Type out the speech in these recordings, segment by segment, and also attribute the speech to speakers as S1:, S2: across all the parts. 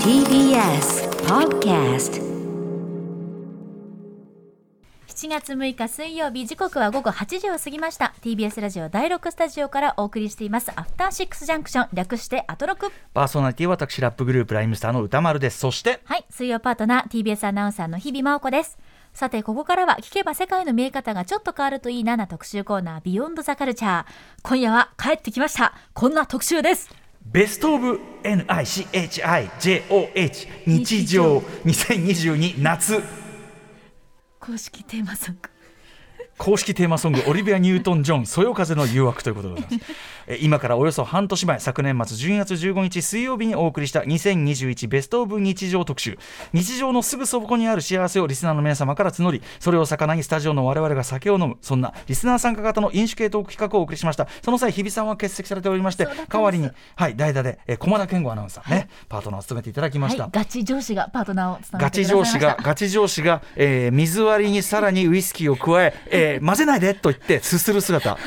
S1: TBS Podcast
S2: 7月6日水曜日時刻は午後8時を過ぎました TBS ラジオ第6スタジオからお送りしていますアフターシックスジャンクション略してアトロク
S3: パーソナリティは私ラップグループライムスターの歌丸ですそして
S2: はい水曜パートナー TBS アナウンサーの日々真央子ですさてここからは聞けば世界の見え方がちょっと変わるといいなな特集コーナービヨンドザカルチャー今夜は帰ってきましたこんな特集です
S3: ベストオブ NICHIJOH 日常2022夏
S2: 公式テーマソング
S3: 公式テーマソング「オリビア・ニュートン・ジョンそよ風の誘惑」ということでございますえ今からおよそ半年前昨年末12月15日水曜日にお送りした2021ベスト・オブ日常特集日常のすぐそこにある幸せをリスナーの皆様から募りそれを魚にスタジオの我々が酒を飲むそんなリスナー参加型の飲酒系トーク企画をお送りしましたその際日比さんは欠席されておりまして代わりに、はい、代打で、え駒田健吾アナウンサーね、パートナーを務めていただきま
S2: は
S3: し
S2: い
S3: た、
S2: ガチ上司がパートナーを務め
S3: ガ
S2: て
S3: チ
S2: くださいまし
S3: 上司
S2: た
S3: が、ガチ上司が、えー水割りにさらにウイスキーを加え、えー混ぜないでと言ってすす る姿。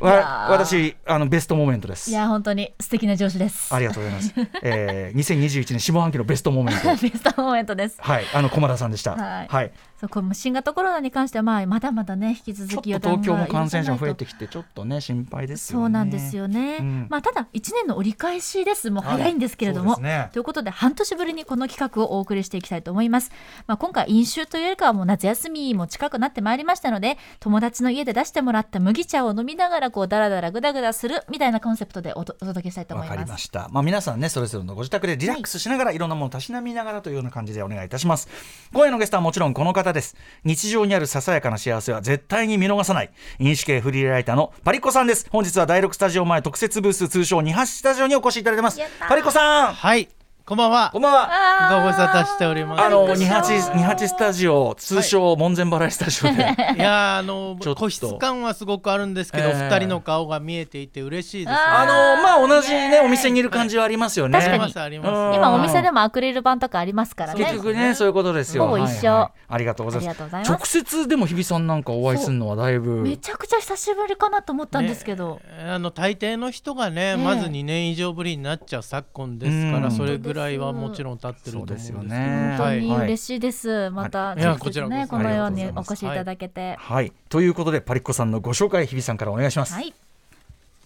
S3: わ私、あの、ベストモメントで
S2: い
S3: す。
S2: や本当に素敵な上司です
S3: ありがとうございます。えー、2021年下半期のベストモメ ント。
S2: ベストモーメントです
S3: はい、あの、駒田さんでした。
S2: は
S3: はいい。
S2: そうこれも新型コロナに関しては、まあ、まだまだね引き
S3: ちょ
S2: 続
S3: っと
S2: き
S3: 東京も感染者増えて
S2: き
S3: きて、ちょっとね、心配ですよね。
S2: そうなんですよね、
S3: うん
S2: まあ、ただ1年の折り返しですもう早いんですけれど
S3: は
S2: も、
S3: いそうですね
S2: ということで半年ぶりにこの企画をお送りしていきたいと思います、まあ、今回飲酒というよりかはもう夏休みも近くなってまいりましたので友達の家で出してもらった麦茶を飲みながらこうダラダラグダグダするみたいなコンセプトでおとお届けしたいと思
S3: わ
S2: い
S3: かり
S2: ま
S3: ますした。まあ皆さんね、それぞれのご自宅でリラックスしながら、いろんなものをたしなみながらというような感じでお願いいたします。今夜のゲストはもちろんこの方です。日常にあるささやかな幸せは絶対に見逃さない。飲酒系フリーライターのパリッコさんです。本日は第6スタジオ前特設ブース通称28スタジオにお越しいただいてます
S2: やった。ー
S3: パリッコさん、
S4: はい、こんばんは。
S3: こんばんは。
S4: ご無沙汰しております。
S3: あの、
S2: パリッコさん
S3: 28、28スタジオ、通称門前払いスタジ オで。
S4: いやー、あの
S3: ちょっと
S4: 個室感はすごくあるんですけど、
S3: え
S4: 二、
S3: ー
S4: 人の顔が見えていて嬉しいです、ね。
S3: あ
S2: あ
S3: の、まあ同じね、お店にいる感じはありますよね。
S2: 確か
S4: あり
S2: に
S4: ます、ありま
S3: うん
S2: 今お店でもアクリル板とかありますからね
S3: 結局ね、そういうことですよ。
S2: ほぼ一緒
S3: はいはいありがとうござい
S2: あ
S3: ま
S2: りが
S3: す
S2: とうござい。ます
S3: 直接でも日比さんなんかお会いするのはだいぶ。
S2: めちゃくちゃ久しぶりかなと思ったんですけど、
S4: す。あの大抵の人がね、
S2: え
S4: まず2年以上ぶりになっちゃう昨今ですから、
S3: うん
S4: それぐらいはもちろん経ってると思うんですけど
S3: そうですよね
S2: 本当に
S3: はい
S2: 嬉しいです。また、
S4: いや
S2: 直接ね、
S4: こ
S2: こ
S3: ちらこそ
S2: のよう
S3: あ
S2: に
S3: りが
S2: お
S3: とうございます
S2: 越しいただけて。
S3: はい、ということでパリッコさんのご紹介日比さんからお願いします。
S2: はい。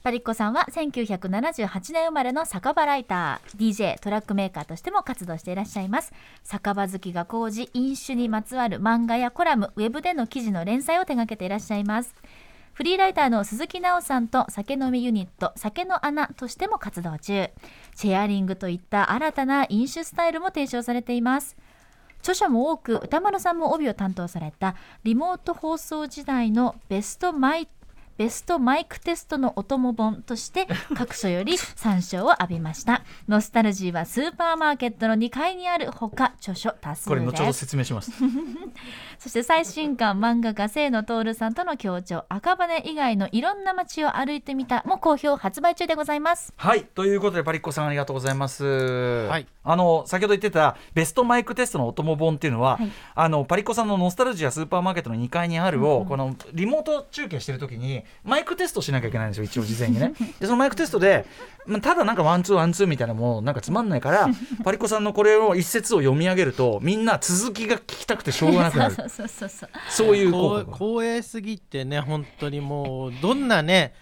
S2: パリッコさんは1978年生まれの酒場ライター、DJ、トラックメーカーとしても活動していらっしゃいます。酒場好きが高じ、飲酒にまつわる漫画やコラム、ウェブでの記事の連載を手掛けていらっしゃいます。フリーライターの鈴木奈緒さんと酒飲みユニット、酒の穴としても活動中。チェアリングといった新たな飲酒スタイルも提唱されています。著者も多く歌丸さんも帯を担当されたリモート放送時代のベストマイベストマイクテストのお供本と して各所より参照を浴びましたノスタルジーはスーパーマーケットの2階にあるほか著書多数
S3: これ後ほ
S2: で
S3: ど
S2: す
S3: 説明します。
S2: そして最新刊漫画家清野徹さんとの協調赤羽以外のいろんな街を歩いてみたも好評発売中でございます
S3: はい、ということでパリッコさんありがとうございます。
S4: はい
S3: あの先ほど言ってたベストマイクテストのお供本っていうのは、
S2: はい
S3: あのパリッコさんのノスタルジアスーパーマーケットの2階にあるを、このリモート中継してる時にマイクテストしなきゃいけないんです よ一応事前にね。でそのマイクテストで、まあ、ただなんかワンツーワンツーみたいなもうなんかつまんない からパリッコさんのこれを一節を読み上げるとみんな続きが聞きたくてしょうがなく なる
S2: そうそうそうそう
S3: そういう効
S4: こ
S3: 果
S4: う
S3: が。
S4: 光栄すぎてね、本当にもう、どんなね、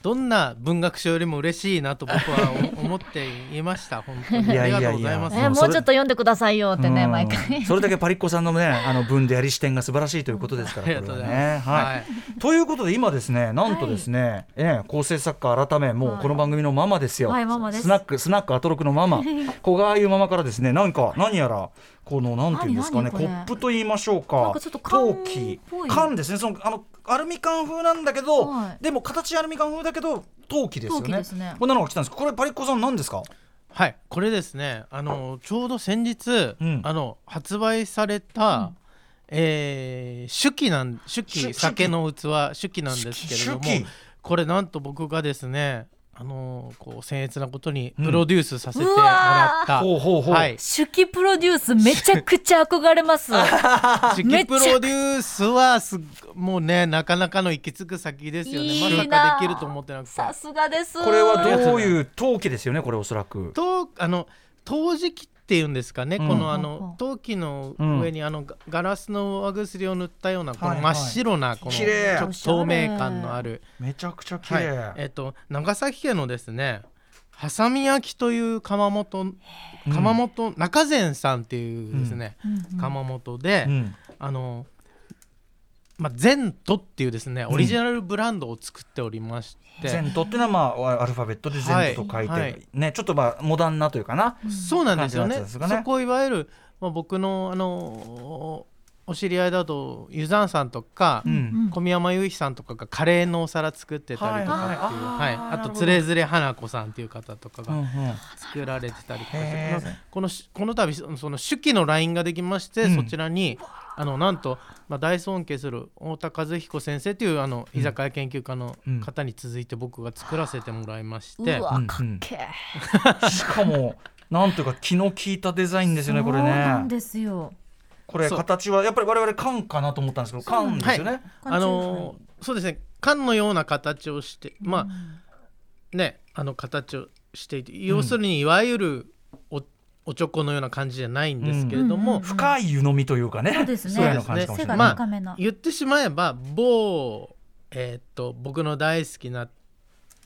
S4: どんな文学賞よりも嬉しいなと僕はお思っていました、本当に。
S3: いやい
S4: あり
S3: や
S4: が
S3: いや
S4: とうございます。
S2: えもうちょっと読んでくださいよってね
S3: うん
S2: 毎回
S3: それだけパリッコさんのねあの文でやり視点が素晴らしいということですか
S4: あり
S3: ら
S4: が
S3: ことれ
S4: うご
S3: は
S4: ざいま
S3: ね。
S4: す。
S3: はいということで今ですねなんとですね、ええ構成作家改めもうこの番組のママですよ、
S2: はいママです
S3: スナックスナックアトロク のママ小川いうママからですね何か何やらこのなんていうんですかね
S2: 何何こ
S3: コ
S2: れ
S3: ップと言いましょう
S2: なん
S3: か
S2: かちょっと缶っ
S3: 陶
S2: ぽい
S3: 器缶ですねそのあのアルミ缶風なんだけど、
S2: はい
S3: でも形アルミ缶風だけど陶器ですよ
S2: 陶器で
S3: ね
S2: すね
S3: こんなのが来たんですこれパリッコさん何ですか
S4: はい、これですね。あのちょうど先日、
S3: うん
S4: あの発売された、えー酒器なん酒
S3: 酒
S4: 器
S3: 器
S4: 酒の器酒器なんですけれども
S3: 酒器、
S4: これなんと僕がですね、あのーこう僭越なことにプロデュースさせてもらった、
S3: ほうほうほう
S4: はい
S2: 手記プロデュースめちゃくちゃ憧れ ます。
S4: 手
S2: めっ
S4: 記
S2: ちゃ
S4: プロデュースはすっもうねなかなかの行き着く先ですよね
S2: いい
S4: ま
S2: な
S4: さかできると思ってなくて
S2: さすがです。
S3: これはどういう陶器ですよねこれおそらく
S4: 陶あの陶磁器っていうんですかね、
S3: うん
S4: こ
S2: ほ
S4: のあ
S2: うほ
S4: の
S2: う
S4: 陶器の上にあのガガラスの和薬を塗ったようなこ
S3: はい
S4: の
S3: はい
S4: 真っ白なこの
S3: 綺麗
S4: ちょっと透明感のある、
S3: めちゃくちゃ綺
S4: はい
S3: 麗、
S4: えっと長崎県のですねハサミ焼きという窯元
S3: うん
S4: 窯元、中善さんっていうですね、
S2: うんうん
S4: 窯元で、
S3: うん
S4: あの、まあ、ゼントっていうですねオリジナルブランドを作っておりまして、
S3: ゼントっていうのは、まあ、アルファベットでゼントと書いて、
S4: はいはい
S3: ね、ちょっとまあモダンなというかな、
S4: そうなんですよ
S3: 感じの
S4: ね
S3: やつですかね
S4: そこいわゆる、まあ、僕のあのおお知り合いだとユザンさんとか、
S3: うん
S4: 小宮山雄飛さんとかがカレーのお皿作ってたりとかっていう、
S3: は
S4: はいい
S3: はいあー
S4: あ
S3: なる
S4: と
S3: ほど
S4: つれづれ花子さんっていう方とか
S3: うんうん
S4: が作られてたりとかして、
S3: へー
S4: まあこのしこの度そのその手記のラインができまして、
S3: うん
S4: そちらにあのなんと、まあ、大尊敬する太田和彦先生というあの居酒屋研究家の方に続いて僕が作らせてもらいまして。
S2: う
S3: う
S2: わ
S3: ん
S2: かっけえ。
S3: しかもなんというか気の利いたデザインですよねこれ
S2: そうなん
S3: ね
S2: ですよ。
S3: これ
S4: そう
S3: 形はやっぱり我々缶かなと思ったんですけど
S2: そうなん
S3: 缶
S2: で
S3: ですすよね、
S4: あのーそうですね缶のような形をしてまあねあの形をしていて要するにいわゆるおおちょこのような感じじゃないんですけれど
S2: うんう
S4: も、
S2: ん
S3: 深い湯飲みというかね
S2: そうですね
S3: いの感じかもしれ
S2: 背
S3: な
S2: が
S3: い、
S4: まあ
S2: 高めな。
S4: 言ってしまえば某、えーっと僕の大好きな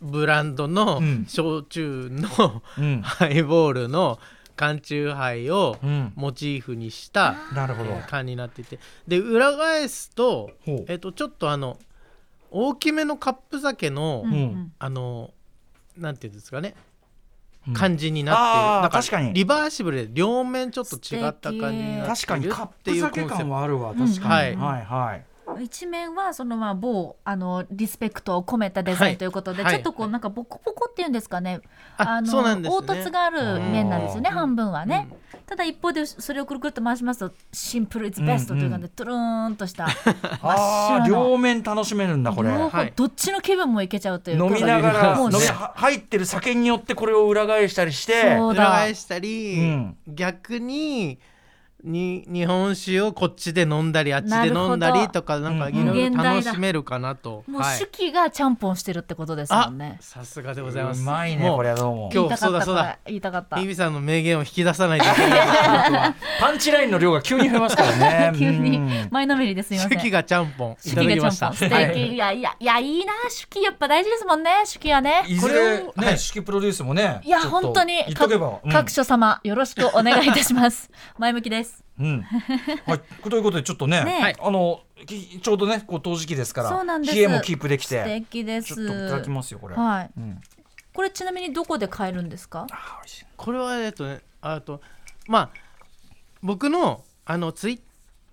S4: ブランドの
S3: うん
S4: 焼酎の、
S3: うん
S4: ハイボールの缶酎ハイを
S3: うん
S4: モチーフにした、
S3: なるほど
S4: えー缶になっていてで裏返すと,、
S3: ほう
S4: えー、とちょっとあの大きめのカップ酒の、
S2: うん
S3: うん
S4: あのなんていうんですかね
S3: うん
S4: 感じになってる、
S3: あー
S4: なん
S3: 確かに
S4: リバーシブルで両面ちょっと違った感じになっ
S3: 確
S4: て
S3: かに
S4: る
S3: カッ
S4: って
S3: プ
S4: いうコ
S3: 酒
S4: ンセプ
S3: 感
S4: ト
S3: はあるわ確かに、
S4: うん
S3: はいはい
S2: 一面はそのまあ某あのリスペクトを込めたデザインということで、
S4: はい
S2: ちょっとこう
S4: はい
S2: なんかボコボコっていうんですかね。
S4: あ
S2: の
S4: そうなんですね
S2: 凹凸がある面なんですよね
S3: うん
S2: 半分はね
S4: う。
S2: ただ一方でそれをくるくるっと回しますとシンプルイズベストという感じでトゥルーンとした
S3: あ
S2: 真っ
S3: ー
S2: 白
S3: 両面楽しめるんだこれ
S2: な両方
S4: はい
S2: どっちの気分もいけちゃうというか。
S3: 飲みながら
S2: も
S3: 飲
S2: う
S3: み
S2: し
S3: 入ってる酒によってこれを裏返したりして
S2: そう
S4: 裏
S2: だ。
S4: 返したり、
S3: うん
S4: 逆にに日本酒をこっちで飲んだりあっちで飲んだりとか
S3: な
S4: な
S3: る
S4: ん
S3: ほど
S4: かいろ
S2: う
S4: い
S2: ん
S4: ろ楽しめるかなと。
S2: もう
S4: はい
S2: 手記がちゃんぽんしてるってことですも
S4: あ
S2: んね。
S4: さすがでございます。
S3: うまいね
S4: もう
S3: これはどうも
S4: 今
S2: 言い
S4: 日
S2: たかった
S4: そうだそうだ
S2: 言いたかった。
S4: イビさんの名言を引き出さないといけないです僕は。
S3: パンチラインの量が急に増えますからね
S2: 急
S3: う
S2: に
S3: ん
S2: 前のめり ですみません
S4: 席。がちゃんぽんい
S2: 手
S4: ただ
S2: 記
S4: きま
S2: が
S4: し
S2: ちゃんぽ
S4: た
S2: ん。素敵、、
S3: はい
S2: やいやいやいいな手記やっぱ大事ですもんね手記はね
S3: い
S4: こ
S3: ず
S4: れ
S3: れ
S4: をは
S3: ね
S4: い
S3: 式プロデュースもね
S2: いや
S3: ちょっと
S2: 本当に
S3: 言っとけばうん
S2: 各所様よろしくお願いいたします 前向きです
S3: うん、はい、ということでちょっとね、
S2: ね
S3: はいあのきちょうどねこう陶磁器ですから
S2: そうなんです
S3: 冷えもキープでき
S2: 素
S3: て
S2: 敵で
S3: ち
S2: す
S3: ょっといただきますよこれ、
S2: はい
S3: うん、
S2: これちなみにどこで買えるんですか
S3: あー美味しい
S4: これはえっとねあとまあ僕のあのツイッ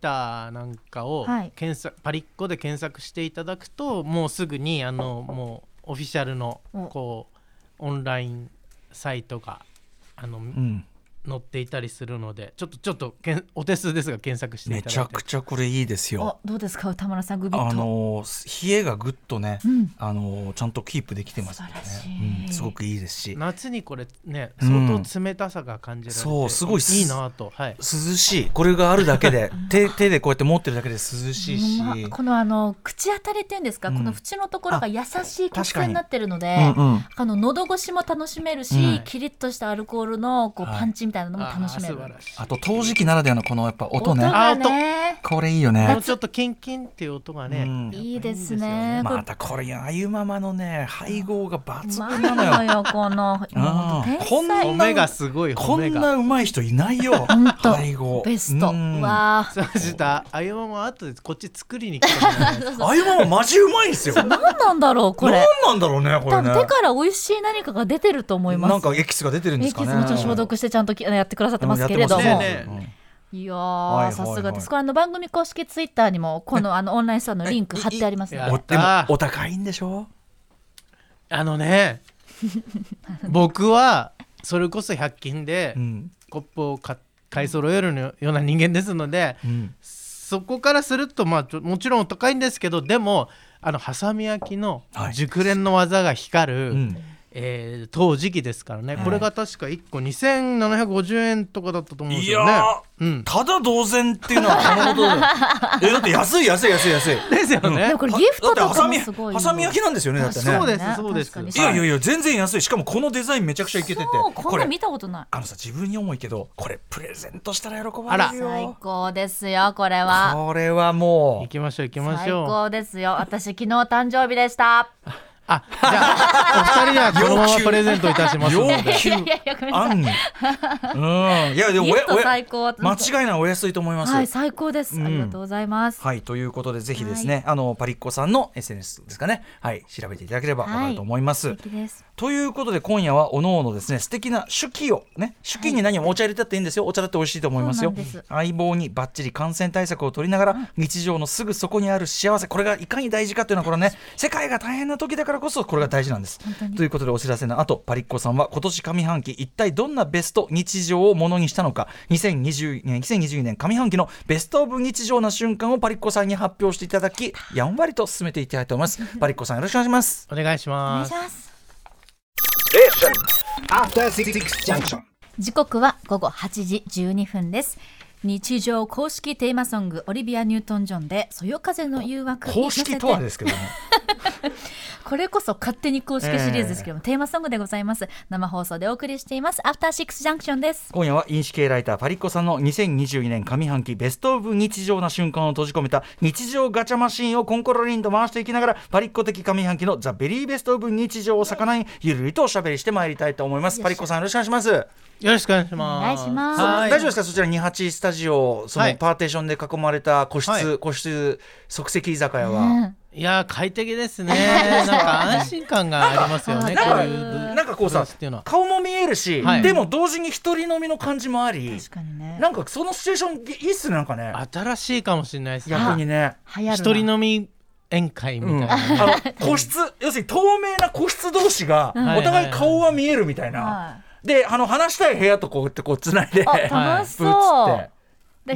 S4: ターなんかを
S2: はい
S4: 検索、パリッコで検索していただくともうすぐにあのもうオフィシャルの
S2: お
S4: こうオンラインサイトがあの、
S3: うん、
S4: 載っていたりするのでちょっとちょっとけんお手数ですが検索してい
S3: め
S4: た
S3: ち
S4: だ
S3: ゃ
S4: いて
S3: くちゃこれいいですよ
S2: あどうですか歌村さんグビッ
S3: あ
S2: と
S3: のー冷えがぐっとね、
S2: ん
S3: あのーちゃんとキープできてますよね
S2: 素晴らしい
S3: うん、すごくいいですし
S4: 夏にこれね
S3: うん
S4: 相当冷たさが感じられて、
S3: そうすごいっす
S4: いいなとはい
S3: 涼しいこれがあるだけで手手でこうやって持ってるだけで涼しいし、
S2: うまこのあの口当たりっていうんですか、
S3: うん
S2: この縁のところが優しい曲
S3: あ確かに
S2: 線になってるので、
S3: うんうん
S2: あの喉越しも楽しめるし、
S3: うん
S2: キリッとしたアルコールのこう
S3: はい
S2: パンチみたいなのも楽しめる、
S4: あー素晴らしい
S3: あと陶磁器ならではのこのやっぱ音ね
S2: 音がね
S3: これいいよ
S4: こ
S3: ね
S4: のちょっとキンキンっていう音がね、
S3: うん
S2: いいですね。これ
S3: またこれあゆママのね配合が抜
S2: まあ
S3: 群なのよ
S2: よ、この、もう
S3: あー
S2: 天
S3: こんな
S2: 才
S4: お目がすごい
S3: こんなうまい人いないよ
S2: ほんと
S3: 配合
S2: ベスト。
S3: うん
S2: わ
S4: そうしたあゆまも後でこっち作りに来てもらえない
S3: あゆマママジうまいんですよ
S2: あ、何なんだろう、これ。
S3: 何なんだろうねこ
S2: 多
S3: れ
S2: 分手
S3: ね
S2: から美味しい何かが出てると思います。
S3: なんかエキスが出てるん
S2: エ
S3: ですか
S2: キ
S3: ね
S2: スもちろん消毒してちゃんときやってくださってますけれども。
S3: やって
S4: ね
S3: ますね
S2: いやー、
S3: いはい
S2: さすがです。これあの番組公式ツイッターにも、こ のあのオンラインストアのリンク貼ってありますの
S4: い
S3: お
S4: や
S2: で。
S3: でも
S4: あー
S3: お高いんでしょ
S4: あ のね僕はそれこそ100均で
S3: うん
S4: コップを買買い揃えるのよような人間ですので、
S3: うん
S4: そこからするとまあちょもちろんお高いんですけどでもあのハサミ焼きの
S3: はい
S4: 熟練の技が光る、
S3: うん
S4: えー陶磁器ですからね、これが確か1個2750円とかだったと思うんで
S3: い
S4: す
S3: や
S4: よね
S3: ー、
S4: うん
S3: ただ同然っていうのはこのことだよ えだって安い安い安い安い
S4: ですよね、
S2: でもこれギフトと
S3: だってハサ
S2: かも
S3: ミ
S2: すごい
S3: ハサミ焼きなんですよねだってね
S4: そうですそうです
S2: 確かに
S3: いやいやいや全然安いしかもこのデザインめちゃくちゃいけてて
S2: そうこ
S3: こ
S2: んな
S3: れ
S2: 見たことない
S3: あのさ自分に重いけどこれプレゼントしたら喜ば
S4: あ
S3: れ
S4: ら
S3: る
S2: 最
S3: よ
S2: 高ですよこれは
S3: これはも
S4: 行きましょう行きま
S2: 最
S4: しょう
S2: 高ですよ私昨日誕生日でした
S4: あじゃあお二人にはこのま
S3: 要
S4: ま
S3: 求
S4: プレゼントいたしますの
S3: 要求
S4: で
S2: いやいやいやごめ
S3: うん
S2: なさ
S3: 案にうんいやでも
S2: いギ
S3: おや
S2: フ
S3: お
S2: ト
S3: や
S2: 最高
S3: 間違いないお安いと思います、
S2: はい最高です、
S3: うん
S2: ありがとうございます
S3: はい、ということで、ぜひですね、あのパリッコさんの SNS ですかね、はい、調べていただければわかると思います。
S2: 素敵です
S3: ということで、今夜はおのおのですね、素敵な手記をね、手記に何もお茶入れたっていいんですよ、お茶だって美味しいと思いますよ
S2: そうなんです。
S3: 相棒にバッチリ感染対策を取りながら、日常のすぐそこにある幸せ、これがいかに大事かっていうのは、これはね、世界が大変な時だからこそ、これが大事なんです。ということで、お知らせの後、パリッコさんは今年上半期、一体どんなベスト日常をものにしたのか、2020年、2020年上半期のベストオブ日常な瞬間をパリッコさんに発表していただき、やんわりと進めていきたいと思います。 パリッコさん、よろしくお願いします。
S4: お願いし
S2: お願
S4: ま
S2: いし
S4: す
S2: ます
S5: After Six Junction.
S2: 時刻は午後8時12分です日常公式テーマソングオリビア・ニュートン・ジョンで「そよ風の誘惑」に
S3: 公
S2: 乗せ
S3: 式
S2: て
S3: とはですけども、
S2: これこそ勝手に公式シリーズですけども、テーマソングでございます生放送でお送りしていますアフターシックスジャンクションです
S3: 今夜は飲酒系ライターパリッコさんの2022年上半期ベストオブ日常な瞬間を閉じ込めた日常ガチャマシンをコンコロリンと回していきながらパリッコ的上半期のザ・ベリーベストオブ日常を魚にゆるりとおしゃべりしてまいりたいと思いますパリッコさんよろしくお願いします
S4: よろしくお願いします
S2: お願いします
S4: は
S3: 大
S4: い
S3: 丈夫ですかそちら28スタジオそ
S4: は
S3: の
S4: い
S3: パーテーションで囲まれた個室、
S4: はい
S3: 個室即席居酒屋
S2: う
S3: は、
S2: ん
S4: いやー快適ですねなんか安心感がありますよ ね
S3: なん
S4: こ
S3: か
S4: ういう
S3: なんかこう
S4: ブ
S3: さ
S4: ラスっていうのは
S3: 顔も見えるし、
S4: はい
S3: でも同時に一人飲みの感じもあり
S2: 確かにね
S3: なんかそのシチュエーションいいっすねなんかね
S4: 新しいかもしれないですね
S3: 逆にね
S2: 流行るな
S4: 一人飲み宴会みたいな、
S3: あの個室要するに透明な個室同士がお互い顔は見えるみたいな
S2: は。
S3: であの話したい部屋とこうやってこうつないで。
S2: あ
S4: はい
S2: 楽し
S3: ブー
S2: そ
S3: っ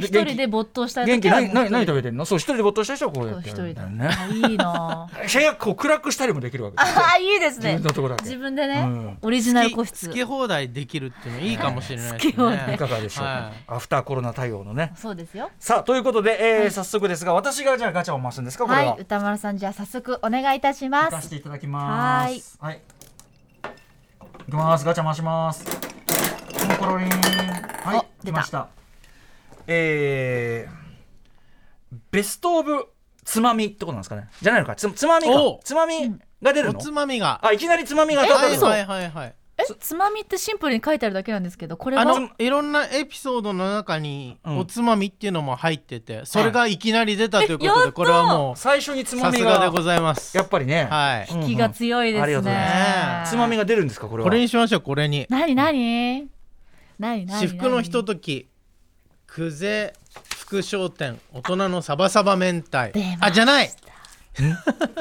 S2: うで
S3: つってで
S2: 一人で没頭したい
S3: 元気
S2: 時は
S3: 何
S2: もう
S3: 何何
S2: 一人
S3: 食べてんのそう一人でぼっとした人はこうやって
S2: 一
S3: やる
S2: 人
S3: みた
S2: だ
S3: いなね
S2: あいいなぁ
S3: 部屋こう暗くしたりもできるわけですよ
S2: あいいです
S3: 自
S2: ね
S3: 分のところだけ
S2: 自分で
S3: う
S2: ね
S3: ん
S2: オリジナル個室
S4: 好き好き放題できるっていうのいいかもしれないです
S2: 好き放題
S4: ね
S3: いかがでしょう
S4: は
S3: か
S4: い
S3: アフターコロナ対応のね
S2: そうですよ
S3: さあということでえー早速ですが私がじゃあガチャを回すんですかこれ
S2: は
S3: はい
S2: 歌丸さんじゃあ早速お願いいたし
S3: 行
S2: ま
S3: かせ
S2: す
S3: ていただきますはいいきますガチャ回しますコンコロリンはい
S2: お
S3: 来
S2: 出た
S3: ましたえーベストオブつまみってことなんですかねじゃないのかつつまみか
S4: おう
S3: つまみが出る
S4: お
S3: の
S4: つまみが
S3: あいきなりつまみが当た
S4: はい
S3: るの
S4: はいはいはい
S2: えつまみってシンプルに書いてあるだけなんですけどこれは
S4: あのいろんなエピソードの中に
S3: うん
S4: おつまみっていうのも入っててそれがいきなり出たというこ
S2: えやっ
S4: と
S2: た
S4: でこれはもう
S3: 最初につま
S4: さ
S3: み
S4: すがで
S3: が
S4: ございます
S3: やっぱりね
S4: はい
S3: うん
S2: 気が強いで
S3: ありがと
S2: す
S3: うござい
S2: ね
S4: ま
S3: つまみが出るんですかこれは
S4: これにしましょうこれに
S2: 何何何何
S4: 至福のひととき久世福商店大人のサバサバ明太
S2: 出ました
S4: あじゃない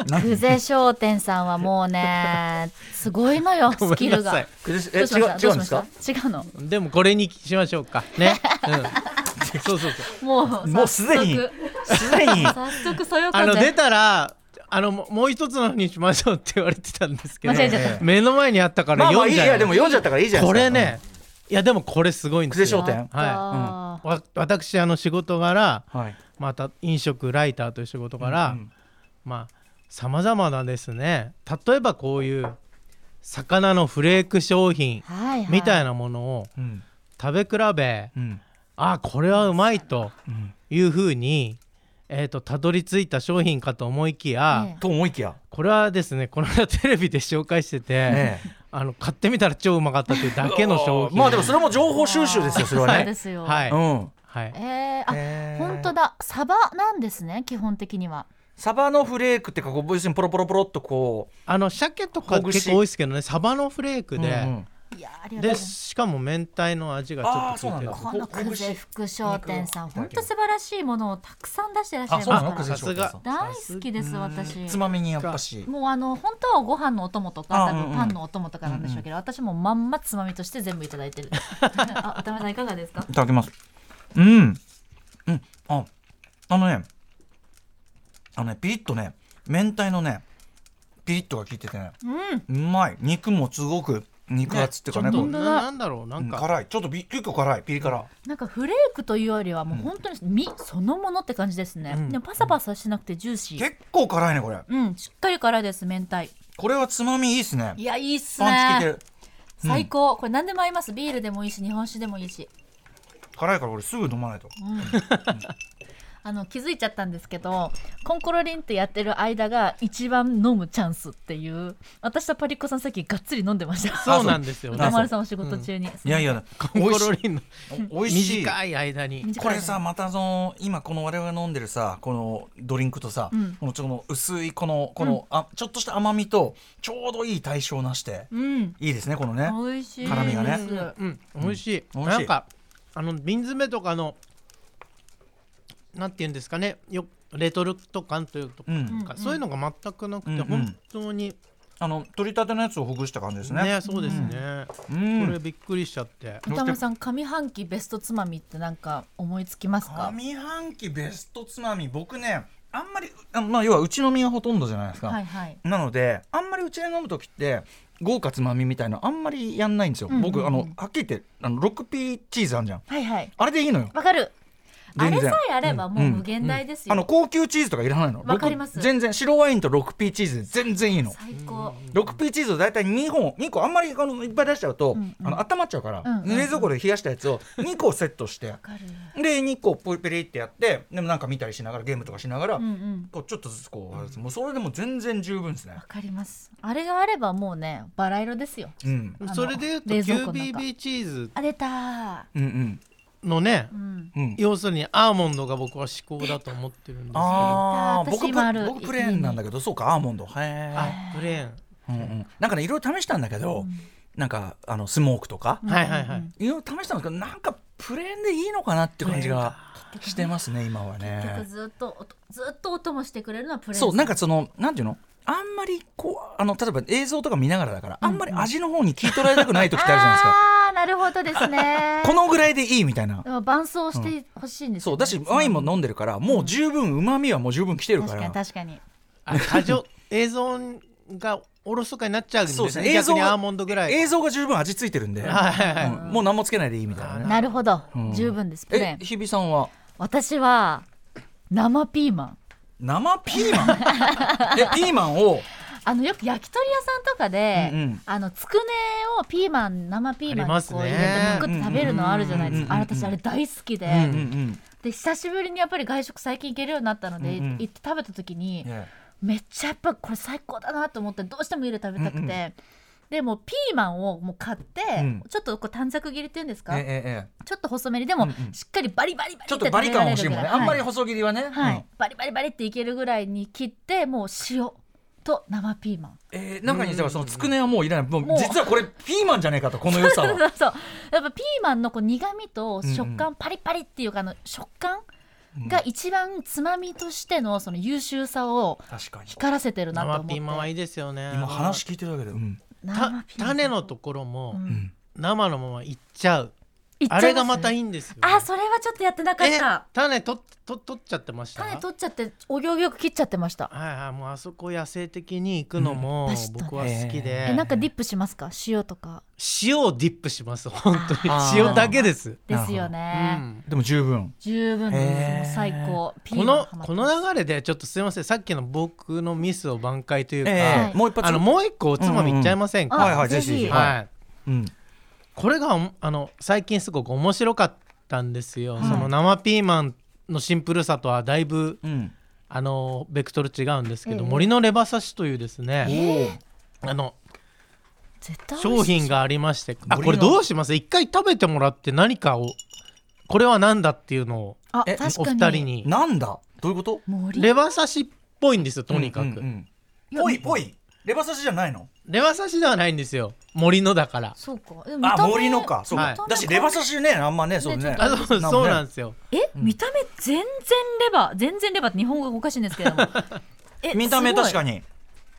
S3: 何
S2: 久世商店さんはもう ねすごいのよ
S4: ご
S2: ス
S4: め
S2: キ
S4: んな
S2: ル
S4: さい
S2: が
S3: くじえ
S2: どうしま
S3: 違
S2: した
S3: う違うんですか
S2: どうしました違うの
S4: でもこれにしましょうかね、うん、そうそうそう
S2: もう
S3: もうすでに
S2: 早速
S3: すで に
S2: 早速そよ
S4: あの出
S2: 風
S4: たらあのももう一つのにしましょうって言われてたんですけど
S2: 間違えちゃった
S4: 目の前にあったから
S3: まあまあ
S4: 読
S3: い
S4: ん
S3: いい
S4: じゃ
S3: や
S4: い
S3: でも読んじゃったからいいじゃない
S4: こ
S3: ですか
S4: れねいやでもこれすごいんです
S3: 久世商
S4: よ
S3: 店
S2: は
S4: わ私あの仕事柄
S3: はい
S4: また飲食ライターという仕事
S3: う
S4: 柄、
S3: ん
S4: まあさまざまなですね例えばこういう魚のフレーク商品
S2: いはい
S4: みたい
S2: な
S4: なものを
S3: うん
S4: 食べ比べ
S3: うん
S4: あこれはうまいと
S3: うん
S4: いうふうに、えー、とたどり着いた商品かと思いきや、
S2: ええ
S3: と思いきや
S4: これはですねこの間テレビで紹介してて、
S3: ええ
S4: あの買ってみたら超うまかったというだけの商 品
S3: まあでもそれも情報収集ですよそれは
S2: そう
S3: ね
S2: で。すよ
S4: はい、
S3: うん。
S4: はい
S2: えーあ
S3: えー
S2: 本当だサバなんですね基本的には
S3: サバのフレークっていうかこう要するにポロポロポロっとこ
S4: あの鮭とか
S3: ほぐし
S4: 結構多いですけどねサバのフレー
S3: う
S4: クで、
S3: うんうん
S2: いやーありがとうござい
S4: で
S2: ます
S4: しかも明太の味がちょ
S3: あー
S4: っとついてる
S3: そうなんだ
S2: この久世福商店さん
S3: ほぐ
S2: 本
S3: し
S2: 当素晴らしいものをたくさん出してらっしゃいます
S3: あそうなの
S2: か
S3: 久
S2: ら
S3: 世
S4: さ
S3: 商
S4: す
S3: 店
S4: が
S3: さん
S2: 大好きです私
S3: つまみにやっぱし。
S2: もうあの本当はご飯のお供と
S3: あ
S2: か多
S3: うんう
S2: 分
S3: ん
S2: パンのお供とかなんでしょうけど、私もまんまつまみとして全部いただいてるあ渡辺さんいかがですか
S3: いただきます。うん。うん。あ、あのね、あのねピリッとね明太のね。ピリッとが効いててね、うまい肉もすごく肉厚っていうかね
S4: ちょっと
S3: こ
S4: な
S2: 本当だ
S4: なんだろうな
S3: うんうん
S4: か、
S3: 辛いちょっとび結構辛いピリ辛
S2: なんかフレークというよりはもう本当に身そのものって感じですね、
S4: うん
S2: でもパサパサしなくてジューシー
S3: 結構辛いねこれ
S2: うんしっかり辛いです明太
S3: これはつまみいいっすね
S2: いやいいっす
S3: パンつけ
S2: ね
S3: てる
S2: 最高、これ何でも合いますビールでもいいし日本酒でもいいし
S3: 辛いから俺すぐ飲まないと
S2: あの気づいちゃったんですけどコンコロリンってやってる間が一番飲むチャンスっていう私とパリッコさんさっきがっつり飲んでました
S4: そうなんですよね
S2: 歌丸さんお仕事中に、
S3: いやいや
S4: コ
S3: 美
S4: ンコ
S3: 味し
S4: ロ
S3: い
S4: リンの
S3: 美味しい
S4: 短い間に
S2: 短い
S3: これさまたその今この我々が飲んでるさこのドリンクとさ、
S2: うん
S3: このちょっと薄いこのこの、あちょっとした甘みとちょうどいい対照なして、
S2: うん
S3: いいですねこのね
S2: 美味しい
S3: 辛みがね
S2: です
S4: うん、美味しい。
S3: 美味しい
S4: なんか、あの瓶詰めとかの。なんて言うんですかね、よ、レトルト感というと
S3: うん、
S4: か、そういうのが全くなくて、
S3: うんうん
S4: 本当に。
S3: あの取り立てのやつをほぐした感じですね
S4: ね、そうですね。
S3: う
S4: これ
S3: ん
S4: びっくりしちゃって。
S2: 歌丸さん上半期ベストつまみってなんか思いつきますか
S3: 上半期ベストつまみ僕ねあんまりあまあ要はうち飲みがほとんどじゃないですか、
S2: はいはい
S3: なのであんまりうちで飲む時って豪華つまみみたいなあんまりやんないんですよ、
S2: んうん
S3: 僕あのはっきり言ってあの 6P チーズあんじゃん
S2: はいはい
S3: あれでいいのよ
S2: わかるあ
S3: 全
S2: れ
S3: 然
S2: さえあればもう無限大ですよ、
S3: あの高級チーズとかいらないの
S2: わかります
S3: 六全然白ワインと 6P チーズで全然いいの
S2: 最高
S3: 6P チーズを大体2本2個あんまりあのいっぱい出しちゃうと、
S2: うんうん
S3: あの温まっちゃうから、
S2: うんうんうん
S3: 冷蔵庫で冷やしたやつを2個セットして
S2: わかる
S3: で2個ポリペリってやってでもなんか見たりしながらゲームとかしながら、
S2: うんうん
S3: こうちょっとずつこう,、もうそれでも全然十分ですね
S2: わ、かりますあれがあればもうねバラ色ですよ
S3: うん、
S2: あの
S4: それで言うと、
S2: 冷蔵庫の中
S4: QBB チーズ
S2: あ出たー
S3: うんうん
S4: のね
S2: う。ん
S3: うん
S4: 要するにアーモンドが僕は至高だと思ってるんですけど。あ
S3: あー
S2: 私
S3: 僕プ
S2: 今ある
S3: 僕プレーンなんだけどそうかアーモンドへえ、
S4: プレーン。
S3: うんうん、なんかねいろいろ試したんだけど、なんかあのスモークとか、
S4: はいはいはい。
S3: いろいろ試したんですけどなんかプレーンでいいのかなって感じがしてますね今は
S2: 結
S3: ね
S2: 局。ずっとおとずっと音もしてくれるのはプレイ
S3: そうなんかそのなんていうのあんまりこうあの例えば映像とか見ながらだから、あんまり味の方に聞い取られたくない時ってあるじゃないで すか。
S2: ああーなるほどですね
S3: このぐらいでいいみたいな
S2: で。も伴奏してほしいんですよ、ね
S3: そうだしワインも飲んでるからもう十分うまみはもう十分来てるか
S2: 確からに確かに
S4: あ 過剰映像がおろそかになっちゃうんです
S3: そう
S4: ね
S3: ですね映
S4: 逆
S3: 像
S4: にアーモンドぐらい
S3: 映像が十分味付いてるんで、
S4: はいはいはい
S3: うんもう何もつけないでいいみたいなね
S2: なるほど、
S3: ん
S2: 十分ですプレ
S3: え
S2: ーン
S3: 日比さんは
S2: 私は生ピーマン
S3: 生ピーマンえピーマンを
S2: あのよく焼き鳥屋さんとかで、
S3: うんうん
S2: あのつくねをピーマン生ピーマン
S4: ありま
S2: に
S4: す
S2: こ
S4: ね
S2: う入れてむくって食べるのあるじゃないですか、
S3: うんうん
S2: あれ私あれ大好きで、
S3: うんうん
S2: で久しぶりにやっぱり外食最近行けるようになったので、
S3: うんうん
S2: 行って食べた時に、
S3: ね
S2: めっちゃやっぱこれ最高だなと思ってどうしても家で食べたくて、
S3: うんうん
S2: でもうピーマンをもう買って、
S3: うん
S2: ちょっとこう短冊切りっていうんです
S3: え
S2: か、
S3: えええ
S2: ちょっと細めにでも、
S3: うんうん
S2: しっかりバリバリバリ
S3: ちょ
S2: って
S3: っと
S2: 食
S3: バ
S2: べ
S3: リ
S2: ら
S3: 感
S2: れる
S3: 欲しい
S2: ぐ
S3: もん
S2: ら
S3: ね、
S2: い、
S3: あんまり
S2: はい
S3: 細切りはね、
S2: はい
S3: うん
S2: バリバリバリっていけるぐらいに切ってもう塩と生ピーマン
S3: えー中にだからそのつくねはもういらないもう
S2: もう
S3: 実はこれピーマンじゃねえかとこの良さ
S2: そう
S3: は
S2: そうそうやっぱピーマンのこう苦味と食
S3: うん
S2: 感、パリパリっていうかあの食感が一番つまみとしてのその優秀さを
S3: 確かに
S2: 光らせてるなと思
S4: 生
S2: って
S4: ピーマンはいいですよね
S3: 今話聞いてるだけで、うん
S4: た
S2: 生ピーマン
S4: 種のところも、
S3: ん
S4: 生のままいっちゃう
S2: いっちゃい
S4: あ
S2: すね
S4: れがまたいいんですよ、
S2: あそれはちょっとやってなかっ
S4: え
S2: た
S4: 種取っ取取っちゃってました
S2: 種取っちゃってお行儀よく切っちゃってました
S4: はいはいもうあそこ野生的に行くのも
S2: バシッとね
S4: 僕は好きで、
S2: えなんかディップしますか塩とか
S4: 塩をディップします本当に
S3: あー
S4: 塩だけです、
S2: ですよ
S4: う
S2: ね
S4: ん、
S3: でも十分
S2: 十分
S3: へー
S2: ですもう最高ピ
S4: こ
S2: ーマンハ
S4: の
S2: マって
S4: この流れでちょっとすいませんさっきの僕のミスを挽回というか、
S3: ええ
S2: はい
S3: もう一発
S4: あのもう一個おつまみいっちゃいませんか、
S2: あ
S3: はいはい
S2: ぜ
S3: ぜひぜ
S2: ひ
S3: ひ
S4: はい、
S3: うん
S4: これがおあの最近すごく面白かったんですよ、
S2: はい
S4: その生ピーマンのシンプルさとはだいぶ
S3: うん
S4: あのベクトル違うんですけど、
S2: ええ
S4: 森のレバ刺しというです
S3: お
S4: ね、
S3: ー
S4: あの
S2: 絶対美味
S4: 商
S2: しい
S4: 品がありましてあ
S3: 森の
S4: これどうします一回食べてもらって何かをこれは何だっていうのを
S2: あ
S3: え
S2: 確
S4: お
S2: かに
S4: 二人に
S3: なんだどういうこと
S2: 森
S4: レバ刺しっぽいんですよとにかく、
S3: うんうんうんぽいぽいレバ刺しじゃないの
S4: レバ刺しではないんですよ森のだから
S2: そうか
S3: あ森のかそう
S4: はい
S3: だしレバ刺しねあんまねそう
S2: ね
S3: ね
S4: あそうそうなん
S3: す
S4: ですよ
S2: え、見た目全然レバー全然レバーって日本語がおかしいんですけれど もえ
S3: 見た目確か
S2: に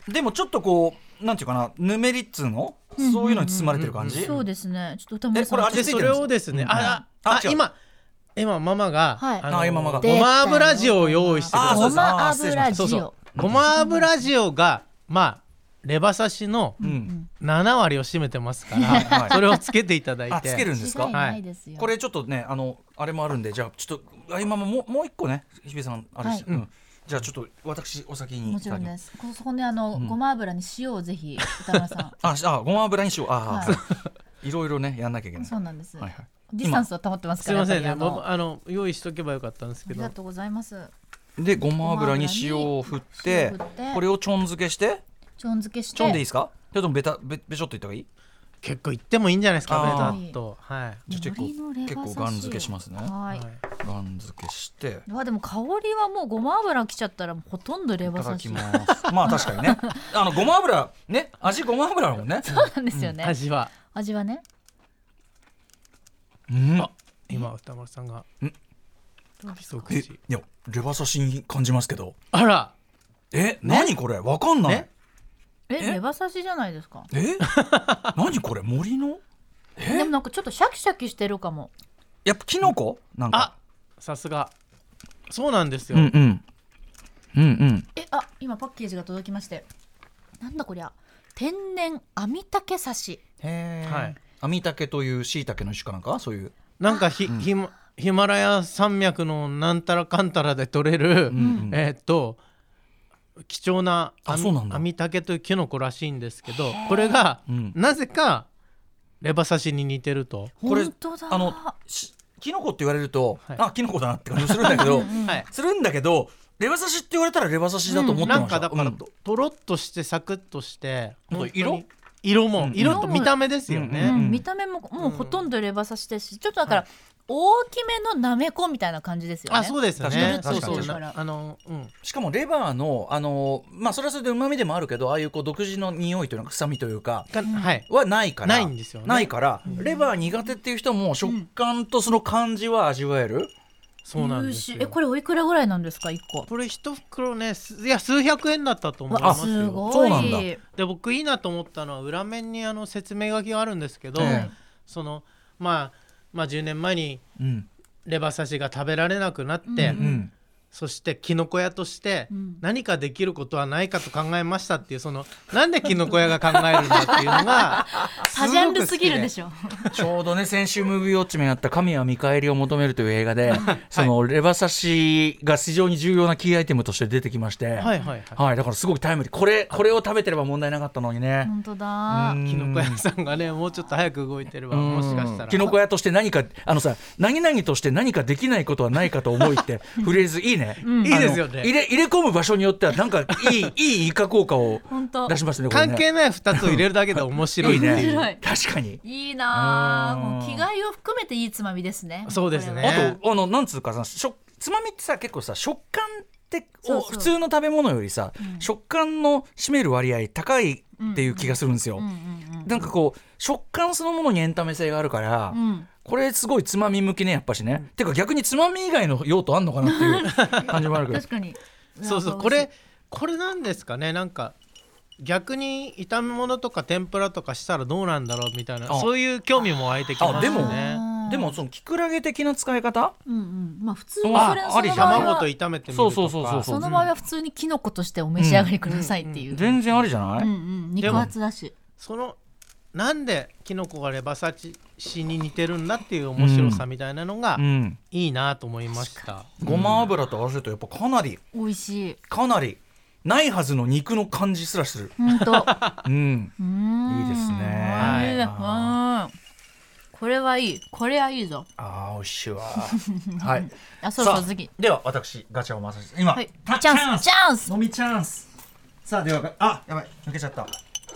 S3: にでもちょっとこうなんていうかなぬめりっつうのそういうのに包まれてる感じ
S2: そうですねちょっと歌丸
S3: え
S2: さ
S3: こ
S2: ん
S3: れ
S4: で
S3: 味付い
S4: そ
S3: て
S4: れ
S3: るん
S4: を
S3: で
S4: ですね、
S3: うん
S4: あ
S3: うん
S4: あ
S3: あ
S4: あ
S3: 違う
S4: 今今ママが、
S2: はい
S4: の
S3: あ今ママが
S4: ごま油塩を用意して
S3: あーそう
S2: ご
S3: ですあ
S2: ま
S3: ー失礼しま
S2: 油
S3: した
S4: そうそ
S2: 塩
S4: うごま油塩がまあレバ刺しの
S3: うん
S4: 7割を占めてますから、
S3: はい
S4: それをつけていただい て
S3: あつけるんです
S2: 間違い
S3: か
S2: ないですよ。
S3: これちょっとねあのあれもあるんでじゃあちょっとあ今ももうもう一個ね日比さんあれし、
S2: は
S3: うんじゃあちょっと私お先に
S2: もちろんですす。こそこであの、ごま油に塩をぜひ歌丸さん。
S3: あしあごま油にしよう あ、、
S2: はい
S3: ろいろねやんなきゃいけない
S2: そうなんです。
S3: はいはい
S2: ディスタンスを保ってます
S4: す
S2: か
S4: い
S2: ら。
S4: ません
S2: や
S4: ね
S2: っぱりあの
S4: 僕あの用意しとけばよかったんです
S2: あ
S4: け
S2: り
S4: ど
S2: がとうございます。
S3: でごま油に塩を振って
S2: ごま油に塩を振って
S3: これをちょん漬けして
S2: ちょん漬けして。
S3: ちょんでいいですかそれともベタべべちょっといった方がいい
S4: 結構いってもいいんじゃないですか
S3: あ
S2: ー
S4: ベタっとはい、
S3: じゃあ結構
S2: 海苔のレバ刺
S3: 結構ガン漬けしますね
S2: はい。
S4: はい
S3: ガン漬けして
S2: うわでも香りはもうごま油来ちゃったらもうほとんどレ
S3: い
S2: バ
S3: ただ
S2: 刺
S3: き
S2: し。
S3: ますまあ確かにねあのごま油ね味ごま油だもんね
S2: そうなんですよね。
S4: 味は
S2: 味はね。
S3: うん
S4: あ今歌丸さんが
S3: うん
S4: 一
S3: えい
S4: 口
S3: やレバ刺しに感じますけど
S4: あら
S3: え、何これわかんない、
S4: ね
S2: え
S3: え
S2: レバ刺しじゃないですか。
S3: え何これ森の
S2: でもなんかちょっとシャキシャキしてるかも。
S3: やっぱキノコなん
S4: あ
S3: か
S4: さすがそうなんです
S3: う
S4: よ、
S3: んうんうんうん
S2: えあ今パッケージが届きまして。なんだこりゃ。天然網竹刺し。
S3: へえ、
S4: はい
S3: アミタケというしいたけの一種かなんかそういう
S4: なんかひ、ひまヒマラヤ山脈のなんたらかんたらで取れる、
S3: ん
S4: えーっと貴重な
S3: あそうなんだ
S4: アミタケというキノコらしいんですけどこれが、
S3: うん
S4: なぜかレバ刺しに似てると、
S3: これ
S2: 本当だ。
S3: あのしキノコって言われると、
S4: はい
S3: あキノコだなって感じするんだけ ど
S4: はい
S3: するんだけどレバ刺しって言われたらレバ刺しだと思って
S4: な
S3: ま
S4: ん
S3: した、
S4: か
S3: う
S4: だから
S3: ん
S4: と,、ろっとしてサクッとして
S3: あと
S4: 本当に
S3: 色
S4: 色も、
S3: うん
S4: 色と見た目ですよね、
S3: うん
S2: うん見た目ももうほとんどレバ刺しですし、ちょっとだから、大きめのなめこみたいな感じですよね。
S4: あそうです
S3: 確か
S4: ね
S3: に
S4: そうそう
S3: 確
S2: かに
S4: なあのうん
S3: しかもレバーのあのまあそれはそれで旨味でもあるけどああいうこう独自の匂いというのか臭みというか
S4: かはい
S3: はないから
S4: ないんですよね
S3: ないから、レバー苦手っていう人も食感とその感じは味わえる、
S4: そうなんで
S2: 美
S4: す
S2: 味しい
S4: よ
S2: えこれおいくらぐらいなんですか一個。
S4: これ一袋ねすいや数百円だったと思います
S2: す
S4: よ
S2: ごい。
S3: そうなんだ
S4: で僕いいなと思ったのは裏面にあの説明書きがあるんですけど、
S3: ええ
S4: そのまあまあ10年前に
S3: うん
S4: レバ刺しが食べられなくなって、
S3: うん、
S4: そしてキノコ屋として
S2: ん
S4: 何かできることはないかと考えましたっていうそのなんでキノコ屋が考えるんだっていうのが
S2: 多ジャンルすぎるで
S4: ょ
S2: しょ。
S3: ちょう どね先週ムービーウォッチメンやった「神は見返りを求める」という映画で、そのレバ刺しが非常に重要なキーアイテムとして出てきまして、
S4: はいはいはい
S3: はいだからすごくタイムリーこれこれを食べてれば問題なかったのにね。
S2: 本当だ。
S4: キノコ屋さんがねもうちょっと早く動いてれば
S3: うん
S4: もしかしたら
S3: キノコ屋として何かあのさ何々として何かできないことはないかと思いって フレーズいいね、
S4: ん
S3: あの
S4: いいですよね
S3: 入れ入れ込む場所によってはなんかいいいいイカ効果を
S2: 本当。
S3: 出しますねこれね
S4: 関係ない2つを入れるだけで面白
S3: い
S4: いっ
S3: い
S4: て
S3: ね
S4: いう
S2: 白い
S3: 確かに
S2: いいなあ。
S3: うん
S2: もう着替えを含めていいつまみですね。
S4: そうです
S2: これ
S4: ね
S2: は
S3: あとあのなんつうかさ食つまみってさ結構さ食感って
S2: そう
S3: お
S2: そう
S3: 普通の食べ物よりさ、食感の占める割合高いっていう気がするんですよ、
S2: うんうん
S3: なんかこう食感そのものにエンタメ性があるから、
S2: うん。うん。
S3: これすごいつまみ向きねやっぱしね、てか逆につまみ以外の用途あんのかなっていう感じもあるけど
S2: 確かに。
S4: そうそうこれこれなんですかねなんか逆に炒め物とか天ぷらとかしたらどうなんだろうみたいな
S3: あ
S4: そういう興味も湧いてきますね
S3: あでも
S2: あー
S3: でもそのキクラゲ的な使い方
S2: うんうん。まあ普通に
S3: そう
S2: それ
S3: あ
S2: そ
S3: あり
S2: の
S3: じゃ
S2: 場
S3: ん
S2: 合
S4: 卵と
S2: は
S4: 炒めてみ
S3: そう
S4: るとか
S3: そうそうそう
S2: その場合は普通にキノコとしてお召し上がりくださいっていう。
S3: 全然ありじゃない、
S2: うんうん。
S4: で
S2: 肉
S4: も
S2: 厚だし。
S4: そのなんでキノコがレバ刺しに似てるんだっていう面白さみたいなのが
S3: うん
S4: いいなと思いました、
S3: ごま油と合わせるとやっぱかなり
S2: 美味しい。
S3: かなりないはずの肉の感じすらする
S2: 本当。
S3: うん
S2: い
S3: いいですね
S2: はい、うん。これはいい。これはいいぞ。
S3: あー美味しいわはい
S2: あ、 そうそう、
S3: さあ
S2: 次。
S3: では私ガチャを回させて今、
S2: はい。
S3: あ
S2: チャンス、チャンス。
S3: 飲みチャンスさあではあやばい抜けちゃった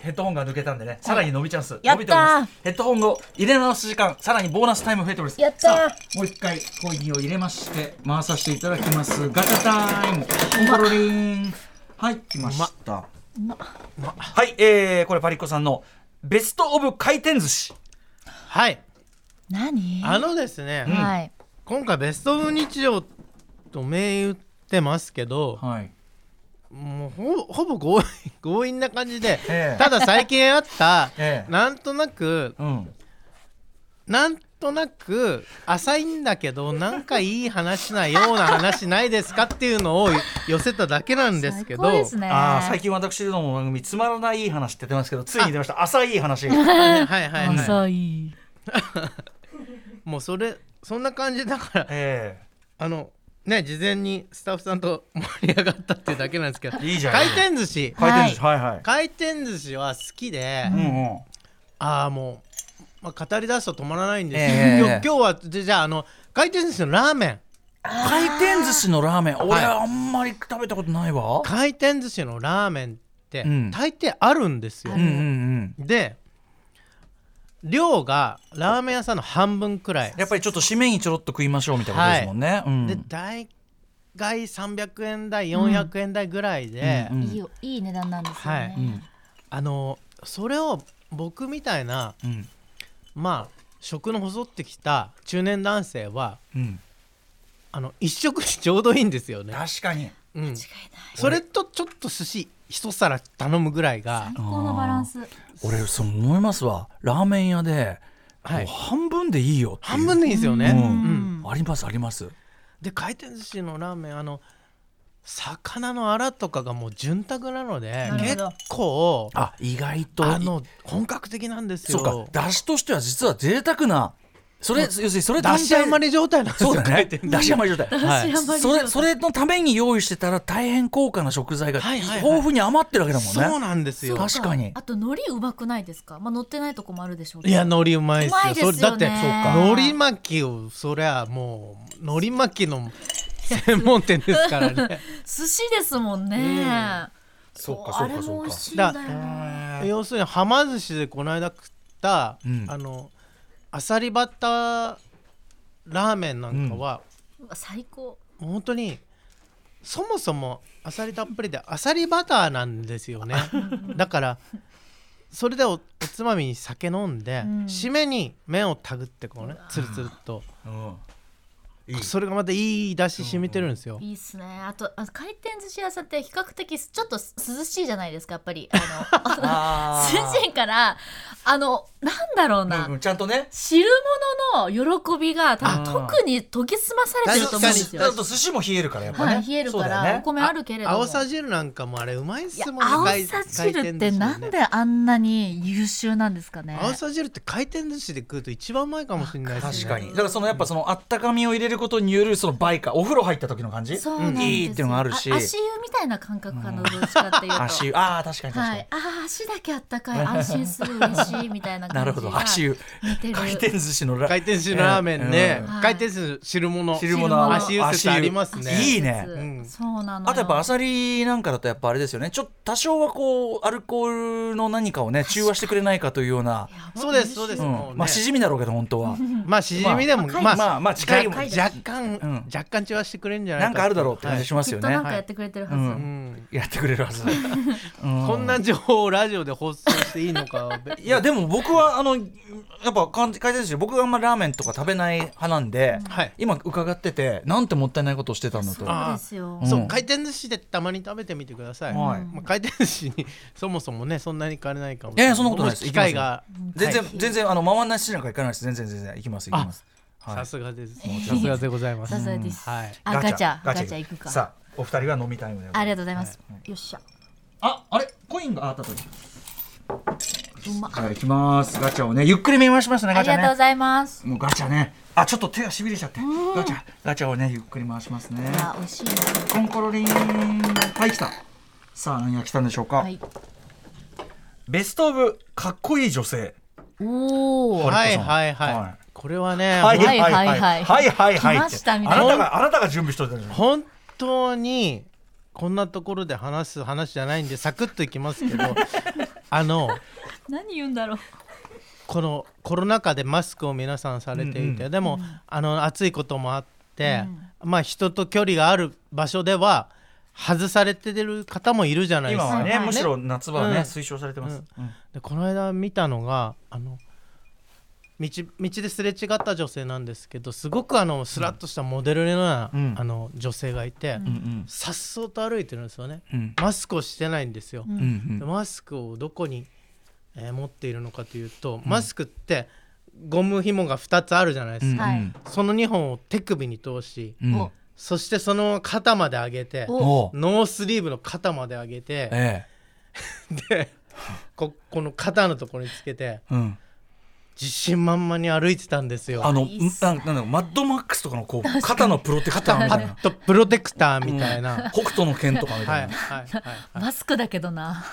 S3: ヘッドホンが抜けたんでねさらに飲みチャンス
S2: やったー
S3: 伸びておりますヘッドホンを入れ直す時間さらにボーナスタイム増えております
S2: やったー
S3: さあもう一回コインを入れまして回させていただきますガチャタイムコロリンはい来ましたはいえー、これパリッコさんのベストオブ回転寿司
S4: はい
S2: 何
S4: あのですね、
S2: はい。
S4: 今回ベストオブ日常と銘打ってますけど、
S3: はい
S4: もうほほぼ強引強引な感じで、
S3: ええ
S4: ただ最近あった、
S3: ええ
S4: なんとなく
S3: うん
S4: なんとなく浅いんだけどなんかいい話なような話ないですかっていうのを寄せただけなんです
S2: 最
S4: けど
S2: 高ですね。
S3: ああ最近私どもの番組つまらない話って言ってますけどついに出ました浅い話
S4: はいはいはい、はい
S2: 浅い。
S4: もうそれそんな感じだから
S3: え
S4: あのね事前にスタッフさんと盛り上がったっていうだけなんですけど
S3: いいじゃん
S4: 回転寿司
S3: え回転寿司はいはい、
S4: 回転寿司は好きで、
S3: うんうん
S4: ああもう、まあ、語り出すと止まらないんです
S3: ええ
S4: けど、今日今日はじゃああの回転寿司のラーメン
S3: 回転寿司のラーメン俺あんまり食べたことないわ、
S4: 回転寿司のラーメンって
S3: うん
S4: 大抵あるんですよ、
S3: うんうんうん
S4: で量がラーメン屋さんの半分くらい
S3: やっぱりちょっと締めにちょろっと食いましょうみたいなことですもんね、うん
S4: で大概300円台400円台ぐらいで、
S3: うん
S2: いいよいい値段なんですよ
S4: はい
S2: ね。
S4: あのそれを僕みたいな
S3: うん
S4: まあ食の細ってきた中年男性は
S3: うん
S4: あの一食にちょうどいいんですよね、
S3: 確かに
S4: うん、それとちょっと寿司一皿頼むぐらいが
S2: 最高のバランス。
S3: 俺そう思いますわラーメン屋で、
S4: はい
S3: もう半分でいいよっていう
S4: 半分でいいんですよね、
S3: う
S4: う
S3: ん
S4: ん
S3: ありますあります
S4: で回転寿司のラーメンあの魚のアラとかがもう潤沢なので
S2: なるほ
S4: 結
S2: ど
S4: 構あ
S3: あ意外と
S4: の本格的なんです
S3: そうか
S4: よ
S3: だしとしては実は贅沢なそれ要するにそれ
S4: 出しあんま
S3: り
S4: り状態なんです
S3: そ
S4: よ
S3: うだ ねだし余り状態
S4: はい
S2: 私あんまり
S3: それそれのために用意してたら大変高価な食材が
S4: はいはいはい
S3: 豊富に余ってるわけだもんね、
S4: そうなんですよ
S3: 確かに
S2: あと海苔うまくないですか。まあ乗ってないとこもあるでしょうけ
S4: い
S2: ど。
S4: や海苔うまいっすよ
S2: うまいですよね
S4: それだって
S2: そう
S4: そう
S2: か
S4: か海苔巻きをそりゃもう海苔巻きの専門店ですから ね
S2: 寿司ですもんね。
S3: そうか
S2: あ
S3: そう
S2: れ
S3: かそう
S2: も
S3: か
S2: 美味しいんだよ
S4: だ
S2: ね。
S4: 要するにはま寿司でこの間食った、
S3: うん
S4: あのあさりバターラーメンなんかは、
S2: うわ最高。
S4: 本当にそもそもあさりたっぷりであさりバターなんです よねだからそれでおおつまみに酒飲んで、
S2: ん
S4: 締めに麺をたぐってこうねつるつるっと
S3: うんいい
S4: それがまたいい出汁染みてるんですよ、
S2: いいっすね。あとあ回転寿司屋さんって比較的ちょっと涼しいじゃないですか。やっぱりあの
S3: あー
S2: 主人からあのなんだろうな。
S3: うんうんちゃんとね
S2: 汁物の喜びが多分特に研ぎ澄まされてると思うんですよ。
S3: だと寿司も冷えるからやっぱ
S2: は
S3: ね、
S2: い、冷えるか
S3: そうだ
S2: ら、
S3: よ
S2: お
S3: ね
S2: 米あるけれども。
S4: 青さ汁なんかもあれうまいっ
S2: いや
S4: すもん
S2: 青
S4: 回
S2: さ汁ってなん
S4: 回転寿司ね
S2: であんなに優秀なんですかね。
S4: 青さ汁って回転寿司で食うと一番うまいかもしれないです
S3: 確
S4: ね
S3: かにだからそのやっぱそのあったかみを入れることによるその倍感お風呂入った時の感じ
S2: そうなんですよ
S3: いいっていうのがあるし
S2: 足湯みたいな感覚かな、どっちかっていうと。
S3: 足湯ああ確かに確か
S2: は
S3: に、
S2: い、あー足だけあったかい安心する嬉しいみたいな
S3: な
S2: 感
S3: る
S2: じ
S3: ほ
S2: が
S3: ど足湯
S2: 似てる
S3: 回転寿司のラ
S4: 回転寿司のラーメンね、
S2: うん
S4: 回転寿司汁物
S3: 汁物
S4: 足湯説ありますね
S3: いいね
S2: そう
S4: う
S2: なん
S4: ん
S2: ですそうなのよ
S3: あとやっぱアサリなんかだとやっぱあれですよねちょっと多少はこうアルコールの何かをね中和してくれないかというような、
S2: やばい
S4: そうですそうです、
S3: うん
S4: もうね
S3: まあしじみだろうけど本当は
S4: まあしじみでも、
S2: まあ
S4: まあ、
S3: まあまあ近いもん
S4: 若若干、
S3: うん
S4: 若干中和してくれるんじゃない
S3: なんかあるだろうって感じしま
S2: き
S3: す
S2: っ
S3: よ
S2: と
S3: ね、
S2: なんかやってくれてるはず、
S3: う
S4: うんん
S3: やってくれるは ず、うん
S4: こんな情報をラジオで放送していいのか
S3: いやでも僕はあのやっぱ回転寿司僕があんまラーメンとか食べない派なんで、
S4: はい
S3: 今伺っててなんてもったいないことをしてたんだ
S2: そ
S3: と
S2: うですよ
S3: あうん
S4: そう回転寿司でたまに食べてみてください、
S3: はい
S4: まあ、回転寿司に そもそもねそんなに行かれないかも
S3: いやいやそんなことないです
S4: もし機会が
S3: 全然、
S4: はい
S3: 全然あの回んないしなんか行かないです全然全然行きます行きますはい
S4: さすがですさすがでございます
S2: さすがです、
S4: はい
S2: あガチャガチャ
S3: ガ
S2: 行くか
S3: さあお二人は飲みタイムで
S2: ありが
S3: とう
S2: とうございます、よっしゃ
S3: ああれコインがあったと
S2: うま
S3: はい行きますガチャをねゆっくり見回しましたね
S2: あ
S3: ガ
S2: り
S3: チャ
S2: がとう
S3: ね
S2: ございます
S3: もうガチャねあちょっと手がしびれちゃってガチャガチャをねゆっくり回しますね
S2: あ、美味しいな。
S3: コンコロリンはい来たさあ何が来たんでしょうか、
S2: はい。
S3: ベストオブかっこいい女性
S2: おお。
S4: はいはいはい、
S3: はい
S4: これはね、
S3: はい
S4: ほん
S3: はいはいはいはいはいはい
S2: 来
S3: は
S2: ま
S3: い
S2: した
S3: あ
S2: み
S3: な
S2: たいな
S3: たがあなたが準備しといたじゃん
S4: 本当にこんなところで話す話じゃないんでサクッといきます けどあの
S2: 何言うんだろう。
S4: このコロナ禍でマスクを皆さんされていて、
S3: うんう
S4: でも、あの暑いこともあって、まあ人と距離がある場所では外されてる方もいるじゃないです
S3: 今
S4: か。
S3: は
S2: は
S3: ね
S2: い
S3: むしろ夏場はね
S4: うん
S3: 推奨されてますうん
S4: でこの間見たのがあの道道ですれ違った女性なんですけどすごくあのスラッとしたモデルのような、
S3: うん
S4: あの女性がいて、
S3: うん
S4: さっそうと歩いてるんですよね。
S3: うん
S4: マスクをしてないんですよ。
S3: うんうん
S4: でマスクをどこに、えー持っているのかというとマスクってゴム紐が2つあるじゃないで
S3: うんう
S4: す
S3: ん
S4: か、
S2: はい
S4: その2本を手首に通し、
S3: うん
S2: お
S4: そしてその肩まで上げて
S2: お
S3: おう
S4: ノースリーブの肩まで上げて
S3: え
S4: でここの肩のところにつけて
S3: えうん
S4: 自信満々に歩いてたんですよ
S3: あの
S2: いいっす
S3: なんなんだろうマッドマックスとかのこう肩のプロテクターみた
S4: パ
S3: い
S4: ッ
S3: な
S4: とプロテクターみたいな、
S3: 北斗の拳とかみ
S4: は
S3: た
S4: い
S3: いな。
S4: はいはい、はい、
S2: マスクだけどな。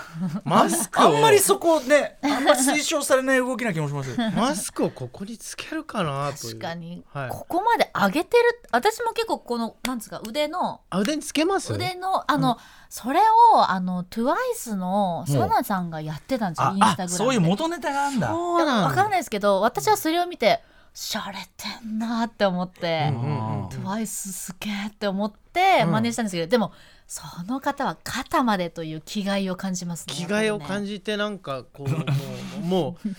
S4: マスクを
S3: あんまりそこね、あんまり推奨されない動きな気もします。
S4: マスクをここにつけるかなという
S2: 確かに、
S4: はい
S2: ここまで上げてる私も結構このなんですか腕の
S4: あ腕につけます
S2: 腕のあの、それをあの TWICE のサナさんがやってたんですよ、インスタグラムで
S3: そういう元ネタがあるんだ。
S4: そうなんだ
S2: わかんないですけど私はそれを見てしゃれてんなって思って
S4: う、んうんうん
S2: TWICE すげえって思って
S4: うん
S2: 真似したんですけど、でもその方は肩までという気概を感じますね
S4: 着替えを感
S2: じ
S4: じてなんかこうもうもう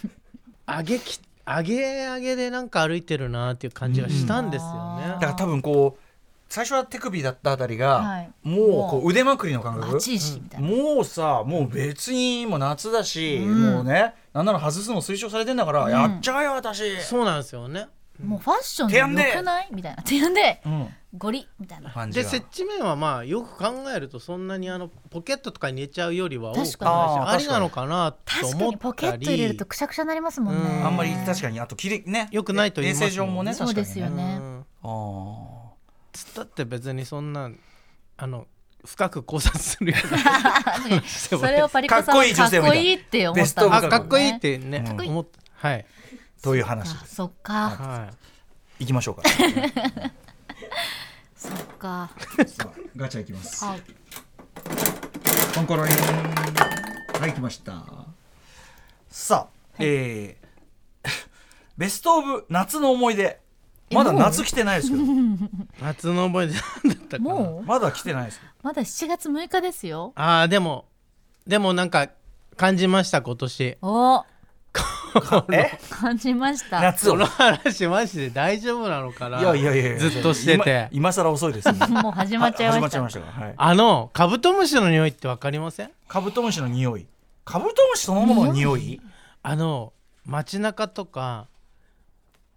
S4: 上げき上げ上げでなんか歩いてるなっていう感じがしたんですよ
S2: うん
S3: だ
S4: ね
S3: から多分こう最初は手首だったあたりが、
S2: はい
S3: もうこう腕まくりの感覚
S2: バ。チいしみたいな、
S3: もうさもう別にもう夏だし、
S2: うん
S3: もうねなんなら外すの推奨されてんだから、
S2: うん
S3: やっちゃうよ私。
S4: そうなんですよね
S2: もうファッションでよくないみたいな手やんで
S3: うん、
S2: ゴリみたいな
S3: 感じ
S4: で
S3: が。
S4: 接地面はまあよく考えるとそんなにあのポケットとかに入れちゃうよりは多くないし
S2: 確か
S3: にあー
S4: ありなのかなと
S2: 確か
S4: 思
S2: にポ
S4: っ
S2: ケ
S4: た
S2: ット入れる
S4: り
S2: とくしゃくしゃになりますもん
S4: う
S2: ね
S4: ん
S3: あんまり確かにあときれね
S4: 良くないと言いますも
S3: 衛
S4: ん
S3: 生上もね
S2: そ
S3: 確
S2: う
S3: かにね。
S2: ですよね
S4: うん
S3: あ
S4: つったって別にそんなあの深く考察するような
S2: それをパリコさんは
S3: かっこいい女性を見
S2: か
S3: た
S2: っこいいって思
S3: ベ
S2: っ
S3: ス
S2: た
S3: ト
S2: んだ
S3: オ
S4: あ
S3: ブ
S4: かっこいいってね
S3: かっ
S2: こいい
S4: 思っはい
S3: ーという話
S2: あ
S3: です。
S2: そっか
S4: はい
S3: 行きましょ うか。
S2: そっか
S5: さあ
S3: ガチャいきます。
S2: はい
S5: コンコロリンはい来ました
S3: さあ、えー ベストオブ夏の思い出。まだ夏来てないで すけど、
S4: 夏の思い出なんだったかな
S2: もう
S3: まだ来てないですけど。
S2: まだ7月6日ですよ
S4: ああでもでもなんか感じました今年
S2: お
S3: え
S2: 感じました
S3: 夏
S4: そ
S3: を
S4: の話マジで大丈夫なのかない
S3: やいやいやいや
S4: ずっとしてて
S3: 今今更遅いで すね
S2: もう始まっちゃいまし
S3: 始ま
S2: た
S3: っちゃいましたからはい
S4: あのカブトムシの匂いってわかりません
S3: カブトムシの匂いカブトムシそのものの匂い
S4: あの街中とか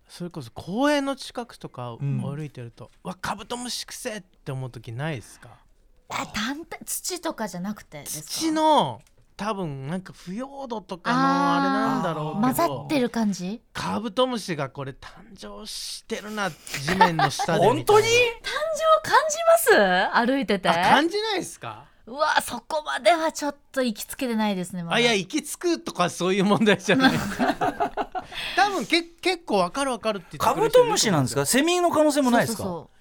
S4: それこそ公園の近くとかを
S3: ん
S4: 歩いてると、うわカブトムシくせえって思う時ないですか
S2: あ単体土とかじゃなくてですか
S4: 土の多分なんか腐葉土とかの
S2: あー
S4: あれなんだろうけど
S2: 混ざってる感じ
S4: カブトムシがこれ誕生してるな地面の下でみたいな
S3: 本当に
S2: 感じます歩いてて
S4: あ感じないですか
S2: うわそこまではちょっと行きつけてないですねまだ
S4: あいや行き着くとかそういう問題じゃない 多分け結構わかるわかるって言
S3: カ
S4: ってく
S3: ブ
S4: れる人
S3: ト
S4: いる
S3: ムシ
S4: と
S3: な
S4: 思
S3: んですかセミの可能性もないですか
S2: そう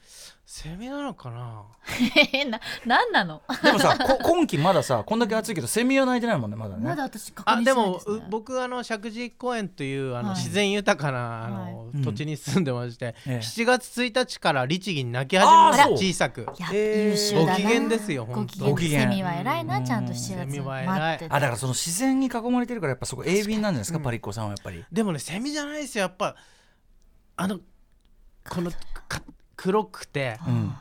S4: セミなのかな
S2: そうそうな何なの
S3: でもさこ今季まださこんだけ暑いけどセミは鳴いてないもんねまだね
S2: まだ私確
S4: あ
S2: 認して
S4: で
S2: ない
S4: も
S2: です、ね
S4: う、僕あの石神井公園というあの、
S2: はい
S4: 自然豊かなあの、
S3: はい
S4: 土地に住んでまして、
S3: ええ
S4: 7月1日から律儀に泣き始
S3: あー
S4: めました
S3: そう
S4: 小さく
S2: いや、
S3: えー
S2: 優秀だ
S4: ご
S2: な
S4: 機嫌ですよ
S2: ご
S4: 本
S2: 機
S4: 当
S2: 嫌
S3: ご機嫌
S2: セミは偉いなちゃんと7
S4: セ
S2: 月
S4: ミは偉
S2: 待
S4: い
S2: ってて
S3: あだからその自然に囲まれてるからやっぱそこ鋭敏なんじゃないですかパリッコさんはやっぱり
S4: でもねセミじゃないですよやっぱあのこのか黒くて
S3: うん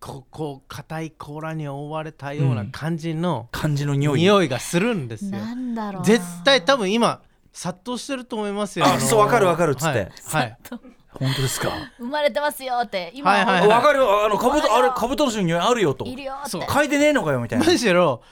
S4: ここう硬い甲羅に覆われたような感じの
S3: 感じの匂い
S4: 匂いがするんですよ、
S2: なんだろうな
S4: 絶対多分今殺到してると思いますよ
S3: あ
S4: の
S3: そうわかるわかるっ つって
S4: はいはい
S3: 本当ですか
S2: 生まれてますよって今、
S4: はいはい
S3: あわかるあのカブ
S2: お
S3: ト
S2: は
S3: あ
S2: よう
S3: れカブトムシの匂いあるよと
S2: いるよって
S4: そう
S3: 嗅いでねえのかよみたい な
S4: むしろ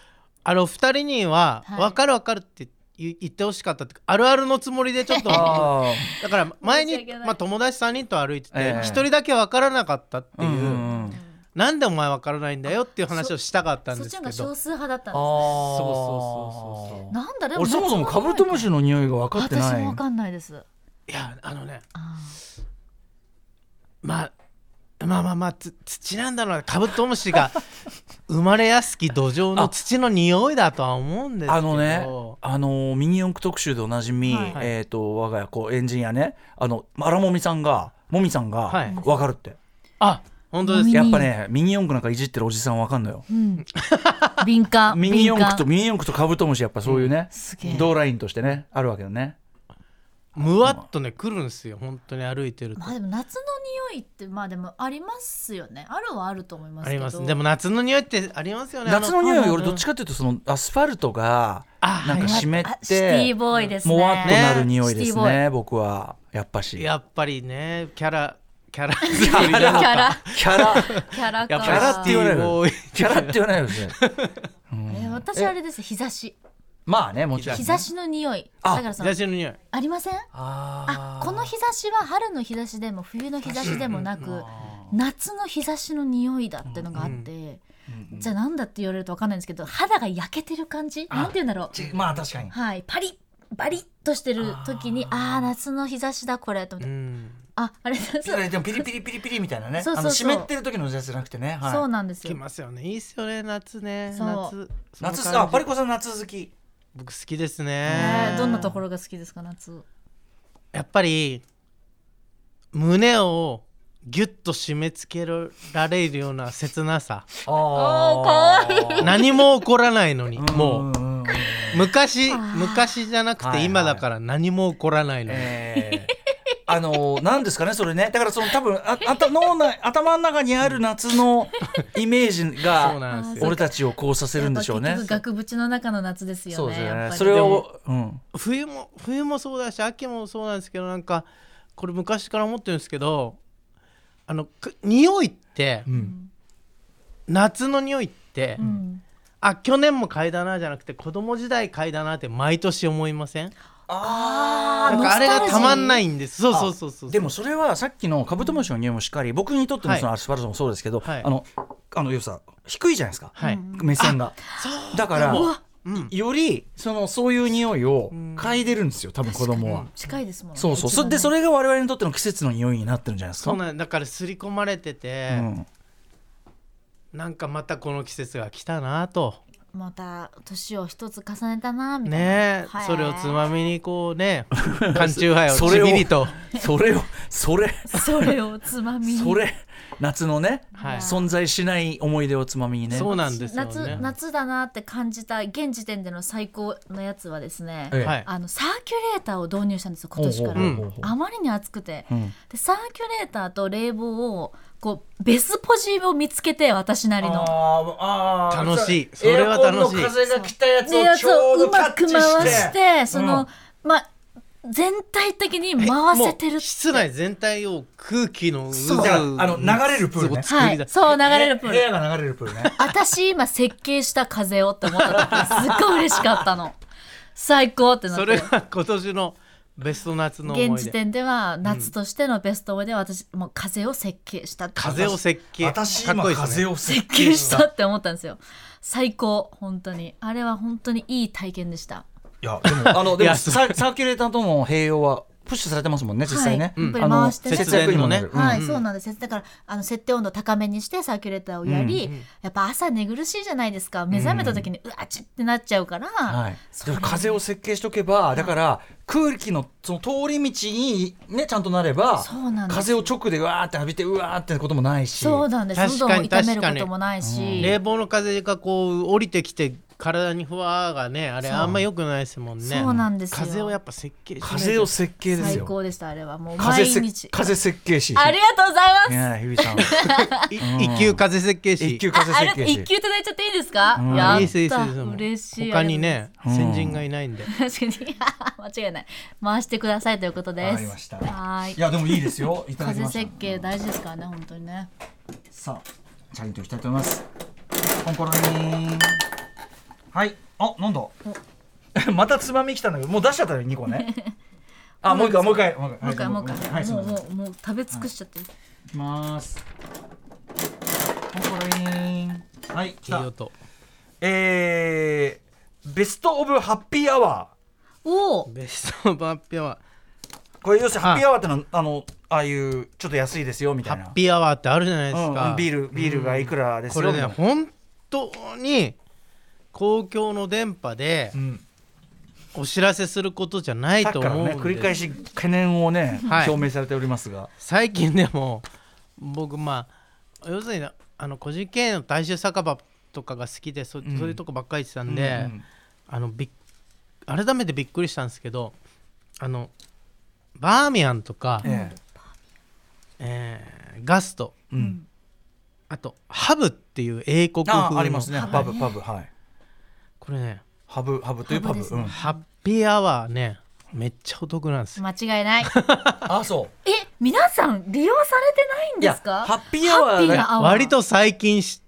S4: あの二人には
S2: はい
S4: わかるわかるって言言ってほしかったってあるあるのつもりでちょっとだ
S3: ああ
S4: から前
S2: 申し
S4: に
S2: 訳ない
S4: まあ友達3人と歩いて
S3: え
S4: て
S3: え
S4: 一人だけわからなかったって
S3: うんうん
S4: いう
S3: うん
S4: なんでお前わからないんだよっていう話をしたかったん
S2: そっ
S4: で
S2: ちの
S4: す
S2: 方
S4: け
S2: が少
S4: ど
S2: 数派だったんです
S4: そうそうそうそうそう
S3: あー
S2: なんだでも
S3: 俺そもそもカブトムシの匂いが分かって
S2: 私
S3: ない
S2: もわかんないです
S4: いやあのね
S2: あ
S4: まあまあまあまあつ土なんだろうなカブトム シが生まれやすき土壌の土の匂いだとは思うんですけど
S3: あのねあのミニ四駆特集でおなじみ、
S2: はい
S3: えっ、と我が家こうエンジニアねあの荒もみさんがもみさんが
S4: はい
S3: 分かるって、
S4: あ本当です
S2: ミニ
S4: か
S3: やっぱねミニ四駆なんかいじってるおじさん分かんのよ
S2: ーうん、敏感
S3: ミニ四駆
S2: 敏
S3: と
S2: 感
S3: ミニ四駆とカブトムシやっぱそういうね、
S2: すげえ
S3: 同ラインとしてねあるわけよね
S4: むわっとね来るんですよ本当に歩いてると
S2: まあでも夏の匂いってまあでもありますよねあるはあると思いますけ
S4: あ
S2: ど
S4: りますでも夏の匂いってありますよね
S3: 夏の匂い
S4: あ
S3: 俺どっちかっていうとそのアスファルトが
S4: あ
S3: なんか
S2: あ
S3: 湿っ
S2: あシティ
S3: て
S2: ーボーイですね
S3: もわっとなる匂いで
S2: シ
S3: す
S2: ティーボーイ
S3: ね僕はやっぱし
S4: やっぱりねキャラキャラキ
S2: キャラキャラ
S3: キャラ
S2: キャラ
S4: や
S2: か
S4: っぱ
S3: キャラって言われる
S4: キャラって
S3: キャラって言わないですね
S2: えー私あれです日差し
S3: まあねもちろん
S2: 日
S3: ね
S2: 差しの匂い
S3: あ
S2: だからその
S4: 東の匂い
S2: ありません
S3: あ
S2: あこの日差しは春の日差しでも冬の日差しでもなく夏の日差しの匂いだってのがあって、じゃあなんだって言われると分かんないんですけど肌が焼けてる感じなんて言うんだろう
S3: ーまあ確かに
S2: はいパリッバリッとしてる時にああー夏の日差しだこれと思っ
S4: う
S2: て、
S4: ん
S2: ああれだ
S3: ピ
S2: そう
S3: リピリピリピリピリピリみたいなね
S2: そうそうそ
S3: あの
S2: う
S3: 湿ってる時のやつじゃなくてねはい
S2: そうなんです
S4: 来
S2: よ
S4: ますよねいいっすよね夏ね
S2: そう
S4: 夏その感じ
S3: 夏あパリコさん夏好き
S4: 僕好きです
S2: え
S4: ね
S2: ーどんなところが好きですか夏
S4: やっぱり胸をギュッと締め付けられるような切なさ
S3: ああかわい
S4: 何も起こらないのにもうん
S3: うん
S4: 昔昔じゃなく
S3: はいは
S4: て
S3: い
S4: 今だから何も起こらないのに、
S3: えーあのなんですかねそれねだからその多分ああた脳内頭の中にある夏 のイメージ
S4: そう
S3: が
S4: なんですよ
S3: 俺たちをこうさせるんでしょう
S2: や
S3: ね
S2: っぱ。結局額縁の中の夏です
S3: そ
S2: よ
S3: うで
S2: ね
S3: すよ
S2: やっぱ
S3: ね。
S2: り
S3: それを、うん、
S4: 冬も冬もそうだし秋もそうなんですけどなんかこれ昔から思ってるんですけどあのく匂いって、
S3: ん
S4: 夏の匂いって、
S2: うん
S4: あ去年も嗅いだなじゃなくて子供時代嗅いだなって毎年思いません
S2: あ
S4: なんかあれがたまんないいんですそうそうそうそう
S3: でもそれはさっきのカブトムシの匂いもしっかり僕にとってのそのアスファルトもそうですけど、
S4: はい
S3: あのあの要さ低いじゃないですか、
S4: はい、
S3: 目線が。だから
S4: うん
S3: よりそのそういう匂いを嗅いでるんですよ多分子供は。
S2: 近いですもんね
S3: そうそう。
S2: 一
S3: そ
S2: 番
S3: れ
S2: ね
S3: でそれが我々にとっての季節の匂いになってるんじゃないですか。
S4: そうなんだから刷り込まれてて、
S3: うん
S4: なんかまたこの季節が来たなと
S2: また年を一つ重ねたなみたいな、
S4: ねえ、
S2: はい
S4: それをつまみにこう ね缶チューハイを
S3: それ
S4: ち
S3: を
S4: びりと
S3: それをそれ
S2: それをつまみに
S3: それ夏のね、
S4: はい
S3: 存在しない思い出をつまみにね。
S4: そうなんですよね
S2: 夏夏だなって感じた現時点での最高のやつはですね、
S3: ええ
S4: はい
S2: あのサーキュレーターを導入したんですよ今年から、
S3: ほうほうほうほう
S2: あまりに暑くて、
S3: ん
S2: でサーキュレーターと冷房をこうベスポジを見つけて私なりの
S3: あーあー
S4: 楽しいそれは楽し
S3: エ
S4: い
S3: アコンの風が来たやつ
S2: で
S3: を
S2: や
S3: ち
S2: つ
S3: ょ
S2: を
S3: うど
S2: う
S3: キャ
S2: ま
S3: ッチ
S2: く
S3: して
S2: 回してその、
S3: うん
S2: まあ全体的に回せてる
S4: もう
S2: って
S4: 室内全体を空気のう
S3: そ
S4: ざ
S3: う
S4: う
S3: だから
S4: ざ
S3: あの流れるプールね
S4: そう作
S2: は
S4: り
S2: い
S4: だ
S2: そう流れるプー
S3: 部
S2: ル
S3: 屋が流れるプールね。
S2: 私今設計した風をって思った時すっごい嬉しかったの最高ってなって
S4: それは今年のベスト夏の思
S2: 現時
S4: い出
S2: 点では夏としてのベスト思いで私もう風を設計したって
S4: 風を設計
S3: 私
S4: かっ
S3: 今
S4: こいいです
S3: 風
S4: ね
S3: を設
S2: 設
S3: 計
S2: 計
S3: し。
S2: したた
S3: い
S2: って思ったんですよ最高本当にあれは本当にいい体験でした
S3: やでもあので
S4: い
S3: も
S4: や
S3: サーサーキュレーターとの併用はプッシュされてますもんね実際ね。
S2: はいやっぱ
S3: あ
S2: り
S3: の
S2: 回して
S3: 節約にもなる
S4: 節電の
S3: うん
S4: ね。
S2: はい、そうなんですだからあの設定温度高めにしてサーキュレーターをやり、やっぱ朝寝苦しいじゃないですか目覚めた時にうわちってなっちゃうから、
S3: はい、
S2: そ
S3: で
S2: れ
S3: も風を設計しとけばだから空気のその通り道に、ね、ちゃんとなれば
S2: そうなんです
S3: 風を直でうわーって浴びてうわーってこともないし
S2: そうなんです
S4: 確
S2: 喉を
S4: かに
S2: 痛める
S4: 確か
S2: こ
S4: に
S2: ともないし、
S4: 冷房の風がこう降りてきて体にふわーがねあれあんま良くないですもんね
S2: そうなんですよ
S4: 風をやっぱ設計しないと
S3: 風を設計です
S2: 最
S3: よ
S2: 高でしたあれはもう
S3: 風
S2: 毎
S3: せ
S2: 日
S3: 風設計士
S2: ありがとうございます
S3: ねえ日比 さん
S4: い一級風設計士
S3: 一級風
S2: あれ
S3: 設計
S2: 一
S3: 士
S2: 級いただいちゃっていいですか、
S3: ん
S2: や
S4: いい
S2: っ
S4: ですいいです
S2: た
S4: いいですもう
S2: 嬉しい
S4: 他にね
S3: うん
S4: 先人がいないんで
S2: ありがとうございます確 かに間違いない回してくださいということです
S3: わかりました
S2: はーい
S3: いやでもいいですよいただ
S2: 風
S3: きました
S2: 設計大事ですからね本当にね
S6: さあチャリンといきたいと思いますコンコロリンはいあなんだ
S3: またつまみきたんだけどもう出しちゃったよ2個ね あもう一回もう一回もう
S2: もう一回もう一
S6: ごめんなさいは
S2: 回
S6: いすい
S2: も
S6: ま
S2: う
S6: せん
S2: もうもう食べ尽くしちゃってる、
S6: いきますコンコロリンはい来
S4: いい
S6: た
S4: 音
S3: えー、ベストオブハッピーアワ
S2: おお
S4: ベストバッピーアワ
S3: ーこれ要するにハッピーアワーってのはあのああいうちょっと安いですよみ
S4: ー
S3: た
S4: ハ
S3: いな
S4: ッピーアワーってあるじゃないです
S3: う
S4: か
S3: んビールビールがいくらです
S4: こ
S3: よ
S4: れ
S3: み
S4: ね
S3: たいな
S4: 本当に公共の電波で
S3: ん
S4: お知らせすることじゃない
S3: さっき
S4: と
S3: から
S4: 思うん
S3: ね
S4: で
S3: 繰り返し懸念をね、
S4: はい
S3: 表明されておりますが
S4: 最近でも僕まあ要するにあの個人経営の大衆酒場とかが好きでそ,、ういうとこばっかり行ってたんで、
S3: うんうん
S4: あのびっ改めてびっくりしたんですけどあのバーミヤンとか、
S3: え
S4: えーガスト
S3: えうん
S4: あとハブっていう英国風
S3: あ
S4: の
S3: ありますねパ
S2: ハブ
S3: ブ
S2: ね
S3: パブはい
S4: これね
S3: ハブハブというパ
S2: ハブ
S3: ブ
S2: です
S3: う
S2: ね
S3: ん
S4: ハッピーアワーねめっちゃお得なんですよ
S2: 間違いない
S3: あそう
S2: え皆さん利用されてないん
S3: いや
S2: ですか
S3: ハッピーアワー
S2: ハッピー
S3: が
S2: なアワー
S4: 割と最近し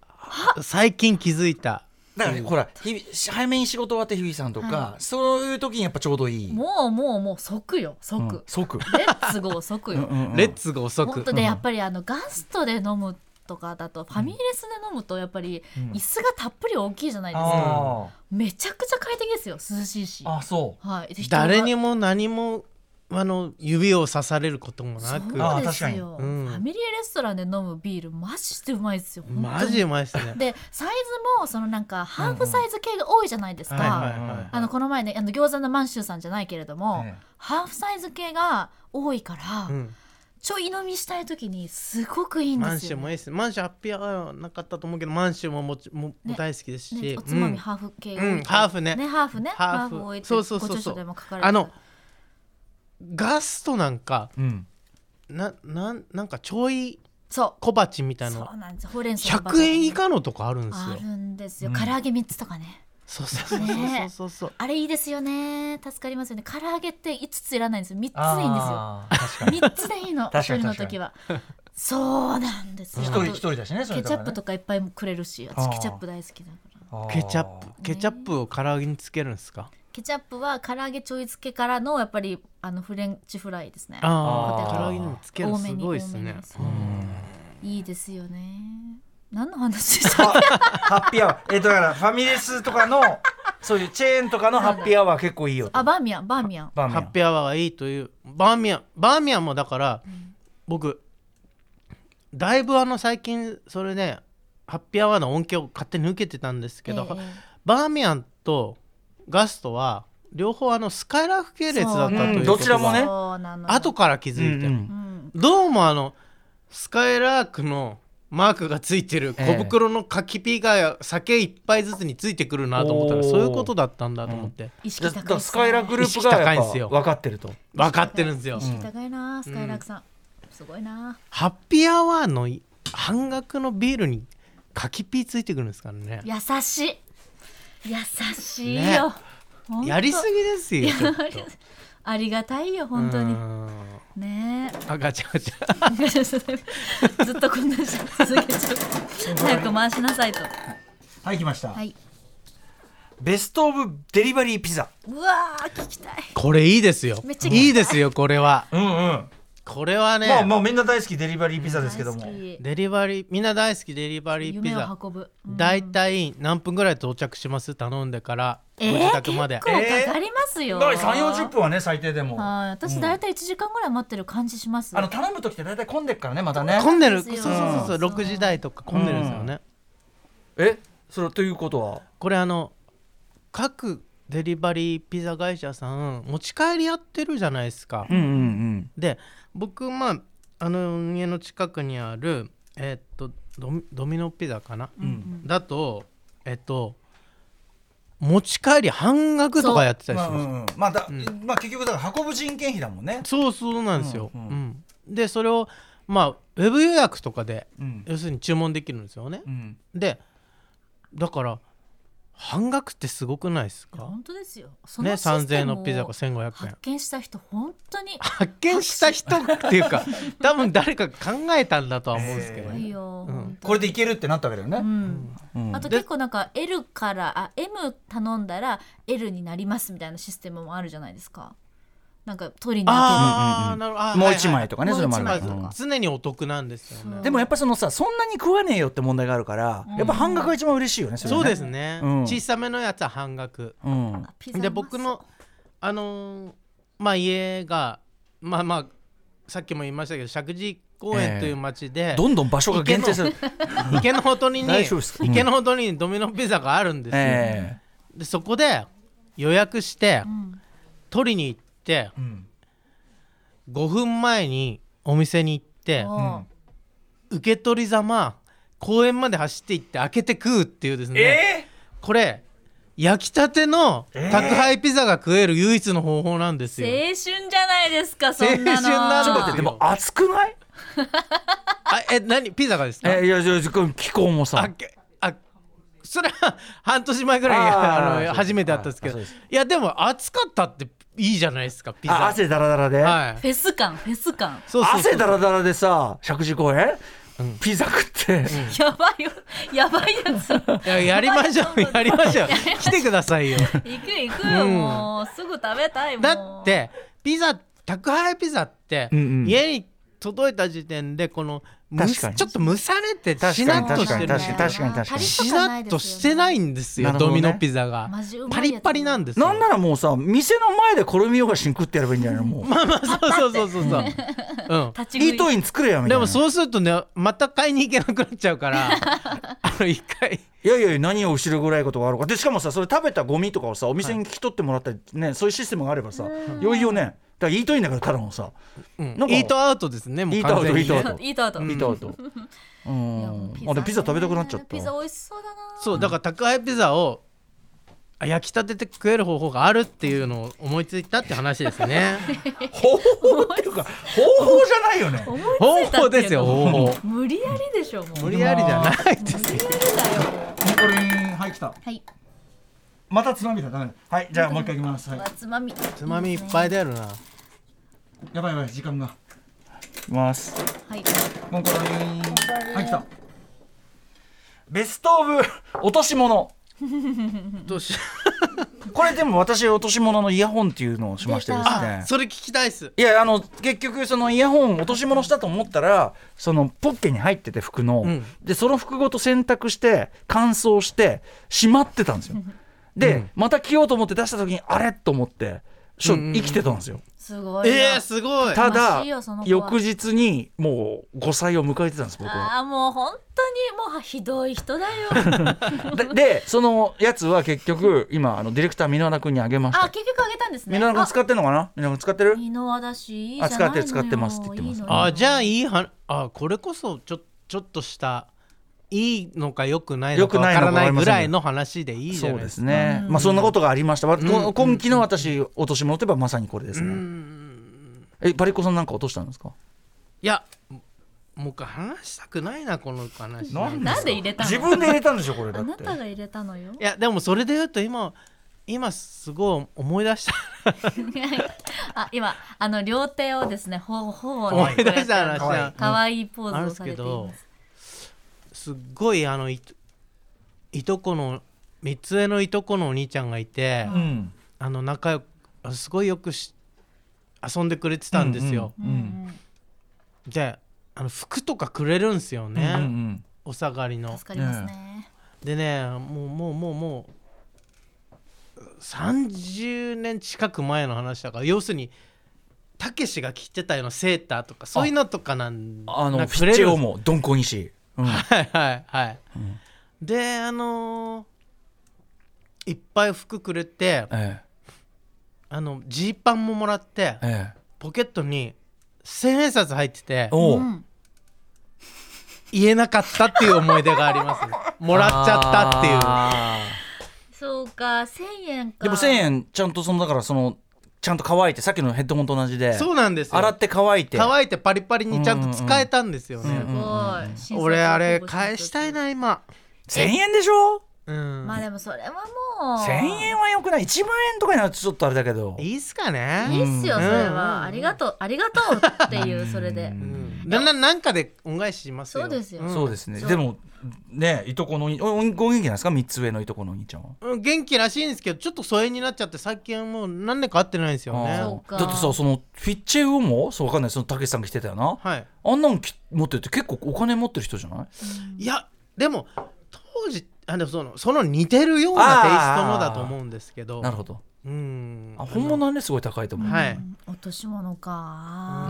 S4: 最近気づいた
S3: だからねほら日々早めに仕事終わって日々さんとかそういう時にやっぱちょうどいい
S2: もうもうもう即よ即、
S3: うん即
S2: レッツゴー即よ
S4: レッツが遅く
S2: 本当ねやっぱりあのガストで飲むとかだとファミレスで飲むとやっぱり椅子がたっぷり大きいじゃないですか、
S3: あ
S2: めちゃくちゃ快適ですよ涼しいし
S3: ー、あそ
S2: はい、で
S4: 誰に
S2: も
S4: も何もあの指を刺されることもなく
S3: あ
S2: そうですよ、
S4: 確かにうん
S2: ファミリーレストランで飲むビールマジでうまいですよ本当に
S4: マジうまいっすね
S2: でサイズもそのなんかハーフサイズ系が多いじゃないですか、
S4: はいはい
S2: あのこの前ねあの餃子の満州さんじゃないけれども、
S3: ええ
S2: ハーフサイズ系が多いから、
S4: うん
S2: ちょい飲みしたい時にすごくいいん
S4: マ
S2: で
S4: ン
S2: す
S4: シ
S2: よ、
S4: ュもいい
S2: ね
S4: ですマンシュハッピーアワーはなかったと思うけどマンシュももちも
S2: ね
S4: 大好きですし
S2: おつまみ
S4: うん
S2: ハーフ系が多い
S4: うんハーフね
S2: ねハーフね
S4: ハー
S2: ハー
S4: フ
S2: フ置いて
S4: そうそうそうそ
S2: ご
S4: う
S2: 著書でも書かれて
S4: あのガストなんか
S3: ううん
S4: ななんなんかちょい
S2: そ
S4: 小鉢みた
S2: う
S4: いな
S2: そ
S4: の
S2: うなんですほうれん草のバター
S4: 100円以下のとこあるんです
S2: あ
S4: よ
S2: るんですよ、
S3: うん
S2: 唐揚げ3つとかね
S4: そうそうそうそう
S2: ね
S4: そうそう
S2: あれいいですよね助かりますよね唐揚げって5ついらないんですよ3つでいいんですよ
S3: あー確かに
S2: 3つでいいの
S3: 確か
S2: 一
S3: に
S2: 人の時はそうなんですよ
S3: 一
S2: あ
S3: 人
S2: と
S3: 一人だしねそれ
S2: ケチャップ
S3: だ
S2: とかいっぱいもくれるし
S3: あ
S2: 私
S3: ー
S2: ケチャップ大好きだから
S3: からね
S4: ケチャップケチャップを唐揚げにつけるんですか
S2: ケチャップは唐揚げちょい漬けからのやっぱりあのフレンチフライですね
S4: あ
S3: あ
S4: あ
S3: ー
S4: 唐揚げにもつけるの
S2: 多
S4: す
S2: めに
S4: ご
S2: 多め
S4: いで
S2: に
S4: すね
S2: そういいですよね何の話でしたっけ
S3: ハッピーアワーえっとだからファミレスとかのそういうチェーンとかのハッピーアワー結構いいよと
S2: あバーミヤンバーミヤン
S3: バーミ
S4: ハ
S3: ヤ
S4: ッ
S3: ン
S4: ピーアワーがいいというバーミヤンバーミヤンもだから、僕だいぶあの最近それねハッピーアワーの恩恵を勝手に受けてたんですけど、
S2: ええ
S4: バーミヤンとガストは両方あのスカイラーフ系列だったということ
S3: うん
S4: が
S3: どちらもね
S2: そうなのよ
S4: 後から気づいて、
S3: うん
S2: うん
S4: どうもあのスカイラークのマークがついてる小袋の柿ピーが酒一杯ずつについてくるなと思ったら、
S3: おー
S4: そういうことだったんだと思って、
S2: 意
S3: だ
S2: 識
S3: だ
S2: 高い
S3: からスカイラーグループが
S4: 意識高い
S3: や
S4: ん
S3: っ
S4: す
S3: ぱ
S4: よ
S3: 分かってると
S4: 分かってるんですよ、
S2: 意識高いなスカイラークさんすごいな
S4: ハッピーアワーの半額のビールに柿ピーついてくるんですからね
S2: 優しい優しいよ、
S4: ね
S2: ほんと
S4: やりすぎですよちょっと
S2: ありがたいよ本当に
S4: うーん
S2: ね
S4: あガチャガチャ
S2: えずっとこんなに続けちゃう早く回しなさいと
S7: はい、来ました。
S2: はい
S3: ベストオブデリバリーピザ
S2: うわー聞きたい
S4: これいいですよ
S2: めっちゃ聞きたい
S4: いいですよこれは
S3: うんうん
S4: これはね、
S3: まあまあみんな大好きデリバリーピザですけども
S2: 大好き
S4: デリバリーみんな大好きデリバリーピ
S2: 夢
S4: ザ
S2: を運ぶうん
S4: 大体何分ぐらい到着します頼んでからご
S2: えー
S4: 自宅まで、
S2: 結構かかりますよ、
S3: だから3 4 0分はね最低でも
S2: はい私大体1時間ぐらい待ってる感じします
S3: あの頼む時って大体混んでっからねまたね
S4: 混んでる
S2: そ
S4: そうう
S2: ですよ
S4: そうそうそう6時台とか混んでるんですよね、
S3: えそれということは
S4: これあの各デリバリーピザ会社さん持ち帰りやってるじゃないですか、
S3: うんうん
S4: で僕まああの家の近くにあるえーっとドミドミノピザかな、だとえっと持ち帰り半額とかやってたり
S3: まあ、
S4: し
S3: う
S4: ます
S3: んうんまあだまあ結局だから運ぶ人件費だもんね
S4: そうそうなんですよ、
S3: う
S4: うんん
S3: う
S4: でそれをまあウェブ予約とかで、
S3: うん
S4: 要するに注文できるんですよね
S3: う、ん
S4: でだから半額ってすごくないですか
S2: 本当ですよそ
S4: ね
S2: のシス
S4: 3000
S2: テ
S4: 円
S2: ム
S4: の
S2: を
S4: ピザが1500円
S2: 発見した人本当に
S4: 発見した人っていうか多分誰か考えたんだとは思うんですけど、
S2: いいよ、本当
S3: これでいけるってなったわけだよ
S2: う
S3: ね
S2: ん
S3: うん
S2: あと結構なんか L からあ M 頼んだら L になりますみたいなシステムもあるじゃないですかなんか取りに行
S4: ああなるほどあー
S3: もう
S4: はいはい
S3: 一枚とかね
S2: もう
S3: それもある
S2: 一枚
S4: ま
S2: とか
S3: うん
S4: あ常にお得なんですよね
S3: でもやっぱそのさそんなに食わねえよって問題があるからやっぱ半額が一番嬉しいよねれね
S4: そうですね、
S3: うん
S4: 小さめのやつは半額
S3: うん
S2: ける
S4: で僕のあのーまあ家がまあまあさっきも言いましたけど石神井公園という町で、
S3: どんどん場所が限定する
S4: 池のほとりに
S3: 大丈夫ですか
S4: 池のほとりにドミノピザがあるんですよ、
S3: え
S4: でそこで予約して、
S2: ん
S4: 取りに行って
S3: えうん
S4: 5分前にお店に行って
S2: も
S4: 受け取りざま公園まで走って行って開けて食うっていうですね、
S3: え
S4: これ焼きたての宅配ピザが食える唯一の方法なんです
S2: 青
S4: よ、
S2: 春じゃないですかそんなの
S4: 青春なの
S3: ちょっと待ってでも熱くない
S4: あえ何ピザがですか、
S3: えいやいや気候も
S4: あ
S3: さ
S4: けあそれは 半年前ぐらいに
S3: あー
S4: あ
S3: そうで
S4: の
S3: す
S4: 初めて会ったんですけど
S3: はい
S4: い
S3: あそう
S4: やでも暑かったっていいじゃないですかピザ
S3: あ汗だらだらで、
S4: はい
S2: フェス感フェス感
S4: そうそうそう
S3: 汗だらだらでさ石神井公園、ピザ食って、
S2: やばいよやばいやつ
S4: いややりま しょうやりましょう来てくださいよ
S2: 行く行くよ、
S4: うん
S2: もうすぐ食べたいもん
S4: だってピザ宅配ピザって、
S3: うんうん
S4: 家に届いた時点でこのむ
S3: 確かに
S4: ちょっと蒸されててし
S3: 確
S4: な
S3: かに
S4: っと
S3: 確か
S4: して
S3: に
S4: る
S3: 確かに確かに確かに
S4: しなっとしてないんですよ
S3: なるほ
S4: ド
S3: どね
S4: ミノピザが
S2: マジうま
S4: パ
S2: いやつ
S4: リッパリなんですよ
S3: なんならもうさ店の前で転びようがしに食ってやればいいんじゃないのもう
S4: そうそうそうそう そう、うん、
S2: 立ち
S3: イー
S2: 食
S3: ト
S2: い
S3: イン作れやみた
S4: で
S3: いな
S4: もそうするとねまた買いに行けなくなっちゃうから あの一回
S3: いやいやいや何を後ろぐらいことがあるかでしかもさそれ食べたゴミとかをさお店に引き取ってもらったりね、そういうシステムがあればさいよいよねだからイートインだからただのさ、
S4: うん
S3: なんか
S4: イートアウトですねも
S3: イ
S4: う
S3: ートア
S4: 完
S3: ウト
S4: 全に
S3: イートアウト
S2: いいとあと
S3: イートアウトう
S2: いやも
S3: ん
S2: う
S3: あでもピザ食べたくなっちゃっ
S2: ね
S3: た
S2: ピザ美味しそうだな
S4: そうだから宅配ピザをあ焼きたてて食える方法があるっていうのを思いついたって話ですね
S3: 方法っていうか方法じゃないよね
S2: 思いつ
S4: 方
S2: いた
S4: 法
S2: って
S4: です
S2: いう
S4: よ
S2: か
S4: 方法
S2: 無理やりでしょもう
S4: 無理やりじゃないです
S2: 無理やりだよ
S8: コンコリンはい来た
S2: はい
S8: またつまみだダメだはいじゃあもう一回いきますはい
S2: わつまみ
S4: つまみいっぱい出るな
S8: やばいやばい時間が
S3: ます
S2: はい
S8: コンコリンはい来た
S3: ベストオブ落とし物
S4: どうしよ
S3: これでも私落とし物のイヤホンっていうのをしましてで
S2: 出
S3: す
S4: う
S3: ね
S4: それ聞きたいっす
S3: いやあの結局そのイヤホン落とし物したと思ったらそのポッケに入ってて服の、
S4: ん
S3: でその服ごと洗濯して乾燥してしまってたんですよで、また着ようと思って出した時にあれと思ってしょ
S4: うんうんうん
S3: 生きてたんですよ
S2: すごいな
S4: えー、すごい
S3: た
S2: 悲
S3: だ
S2: しいよその子は
S3: 翌日にもう5歳を迎えてたんです僕は
S2: ああもう本当にもうひどい人だ よ
S3: ででそのやつは結局今あのディレクター箕輪田君にあげまし
S2: あ
S3: た
S2: 結局あげたんですね
S3: 箕輪田君使ってんのかな箕輪田君使ってる
S2: あ美濃和だしいいじゃ
S3: あ
S2: ない
S3: 使
S2: の
S3: ってる
S2: よ
S3: 使ってますって言ってま
S2: い
S3: す
S2: いのよ
S4: あじゃあいいはあこれこそちょちょっとしたいいのか良くない
S3: 良
S4: の
S3: く
S4: か
S3: な
S4: わ
S3: いのか
S4: か
S3: ら
S4: な
S3: わ
S4: い
S3: かりません
S4: ぐらいの話でいいじゃ
S3: そ
S4: な
S3: う
S4: い
S3: で
S4: です
S3: す
S4: か
S3: ね、まあそんなことがありました、わこ
S4: うん
S3: 今期の私落とし物といえばまさにこれですね、
S4: うん
S3: えパリコさんなんか落としたんですか
S4: いやもう一回話したくないなこの話
S3: なん
S2: なんで入れたの
S3: 自分で入れたんでしょこれだ
S2: あ
S3: っ
S2: な
S3: て
S2: たが入れたのよ
S4: いやでもそれで言うと今今すごい思い出した
S2: あ今あの両手をですね頬頬
S4: 思
S2: に
S4: い出した話
S8: 可愛い
S4: だ
S2: 可愛いポー
S4: あるん
S2: ズを
S4: です
S2: さ
S4: け
S2: れてい
S4: ど
S2: ます
S4: すっごいあのいといとこの三つ上のいとこのお兄ちゃんがいて、
S3: うん
S4: あの仲良くあすごいよくし遊んでくれてたんですよ、
S3: う
S2: うんん
S3: う
S2: うんん
S4: じゃああの服とかくれるんすよ
S3: うん
S4: ね、
S3: うん
S4: お下がりの
S2: 助かりますね
S4: でねもうもうもうもう30年近く前の話だから要するにたけしが着てたようなセーターとかそういうのとかなん
S3: あ
S4: な
S3: の
S4: んか
S3: フ
S4: く
S3: ィ
S4: れ
S3: ッチ
S4: る
S3: ェオもどんこにし、うん、
S4: はいはいはい、であのーいっぱい服くれて
S3: え
S4: あのジーパンももらって
S3: えええ
S4: ポケットに千円札入ってて
S3: おう、
S2: うん
S4: 言えなかったっていう思い出があります もらっちゃったっていう
S3: あ
S2: そうか1000円
S3: ー
S2: か
S3: でも1000円ちゃんとそのだからそのちゃんと乾いてさっきのヘッドホンと同じで
S4: そうなんですよ
S3: 洗って乾いて
S4: 乾いてパリパリにちゃんと使えたんですよね、
S3: うんうんう
S2: すごい
S3: ん
S2: 新作
S4: 俺あれ返したいな今
S3: 1000円でしょ
S4: うん、
S2: まあでもそれはもう
S3: 1000円はよくない1万円とかになるとちょっとあれだけど
S4: いいっすかね
S2: いいっすよ
S4: う
S2: そ
S4: ん
S2: れはありがとうありがとうっていうそれで
S4: うんだんだんなんかで恩返ししますよ
S2: そうですよ
S4: ん
S3: そうですね
S2: そう
S3: でもねいとこのおおご元気なんですか3つ上のいとこのお兄ちゃんは
S4: うん元気らしいんですけどちょっと疎遠になっちゃって最近はもう何年か会ってないんですよ
S3: あー
S4: ね
S2: そうか
S3: だってさそのフィッチェウオもそうわかんないそのたけしさんが来てたよな
S4: はい
S3: あんなのき持ってるって結構お金持ってる人じゃない
S4: いやでも当時あでもそのその似てるようなテイストのだと思うんですけど
S3: なるほど
S4: うん
S3: あ本物はねすごい高いと思う、
S4: はい
S2: 落とし物
S3: なん
S2: か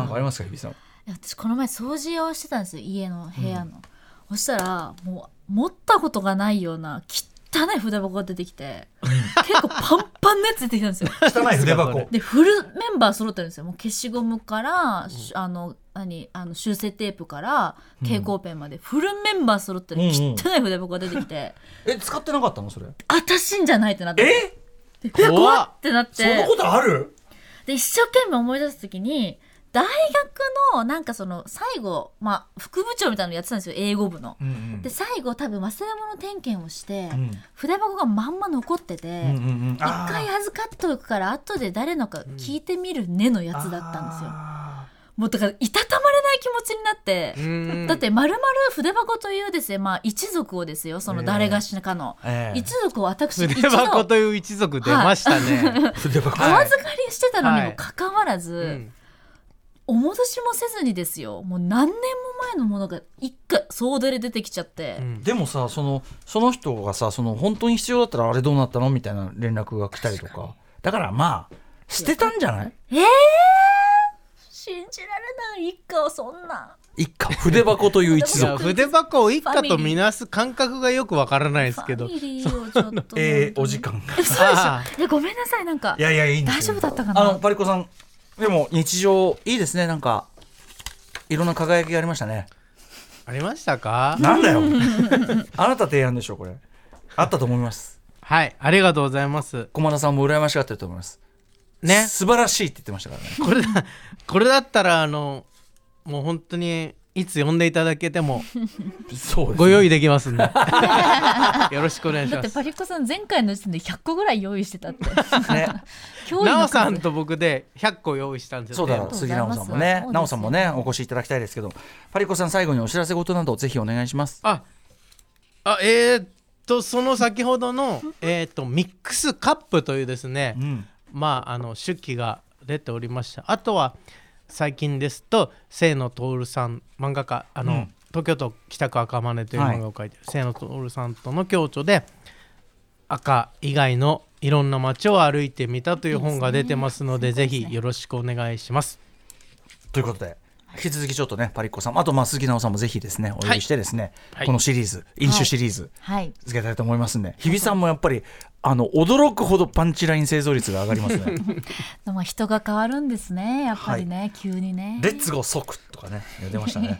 S3: かありますか日比さん
S2: いや私この前掃除をしてたんですよ家の部屋の、そしたらもう持ったことがないような汚汚い筆箱が出てき て結構パンパンのやつ出てきたんですよ
S3: 汚い筆箱。
S2: でフルメンバー揃ってるんですよもう消しゴムから、しあの何あの修正テープから蛍光ペンまで、フルメンバー揃ってる
S3: うんうん
S2: 汚い筆箱が出てきて、
S3: え、使ってなかったのそれ。
S2: 私んじゃないってなって
S3: え
S2: でうわ
S4: 怖っ
S2: 怖っってなって
S3: そんなことある
S2: で一生懸命思い出す時に大学のなんかその最後、まあ、副部長みたいなのやってたんですよ英語部の。
S3: うん
S2: で最後多分忘れ物点検をして、
S3: ん
S2: 筆箱がまんま残って
S3: うん。うん
S2: て
S3: うんうん。
S2: 一、回預かっておくから後で誰のか聞いてみるねのやつだったんですよ。もうだからいたたまれない気持ちになって、
S4: うん
S2: だってまるまる筆箱というですね、まあ、一族をですよその誰がしかの、
S3: ええ
S2: 一族を私一
S4: 筆
S2: 度
S4: 箱という一族出ましたね。
S3: 筆箱。
S2: お
S4: はい
S2: 預かりしてたのにもかかわらず、
S4: うん
S2: お戻しもせずにですよもう何年も前のものが一回総出で出てきちゃって、
S4: うん
S3: でもさそのその人がさその本当に必要だったらあれどうなったのみたいな連絡が来たりとかだからまあ捨てたんじゃない
S2: ええー、信じられない一家をそんな
S3: 一家筆箱という一
S4: いや
S3: 族
S4: 筆箱を一家とみなす感覚がよくわからないで
S2: フ
S4: すけど
S2: ァ。ミリーをちょっと
S3: えー、お時間が
S2: えそうでし
S4: あ
S2: ょいやごめんなさいなんか
S3: いやいやいいんです
S2: 大
S3: よ
S2: 丈夫だったか
S3: あの
S2: な
S3: パリコさんでも日常いいですねなんかいろんな輝きがありましたね
S4: ありましたか
S3: なんだよあなた提案でしょこれあったと思います
S4: はい、ありがとうございます。
S3: 駒田さんも羨ましがってると思います
S4: ね、
S3: 素晴らしいって言ってましたからね
S4: これだ、これだったら、あの、もう本当に、いつ呼んでいただけても、
S3: そうです
S4: ご用意できますん で。よろしくお願いし
S2: だっ
S4: ま
S2: て
S4: す
S2: パ。リッコさん前回の時点で100個ぐらい用意して たって
S3: ね
S2: 驚異
S4: な
S2: の
S4: お
S2: 数
S4: さんと僕で100個用意したんです
S3: そ
S4: よ
S3: う
S4: ね。
S3: だろう
S2: あり
S3: 杉
S2: がとう
S3: 直
S2: ございます
S3: さんもね
S2: そうですよ
S3: 直さんもねお越しいただきたいですけどパリコさん最後にお知らせ事などぜひお願いします
S4: あ、あ、えーっと、その先ほどの、えーっと、ミックスカップというですね、
S3: ん
S4: まあ、あの、手記が出ておりました。あとは、最近ですと、清野徹さん、漫画家、あの、
S3: うん
S4: 東京都北区赤羽という漫画を描いてる、清野徹さんとの共著で、赤以外のいろんな街を歩いてみたという本が出てますので、ぜひよろしくお願いします。
S3: ということで引き続きちょっとねパリコさんあとまあ杉直さんもぜひですねお呼びしてですね、
S4: はい
S3: このシリーズ飲酒シリーズ、
S9: はい
S3: 続けたいと思いますんで日比さんもやっぱりあの驚くほどパンチライン製造率が上がりますね
S9: でも人が変わるんですねやっぱりね、急にね
S3: レッツゴー即とかね出ましたね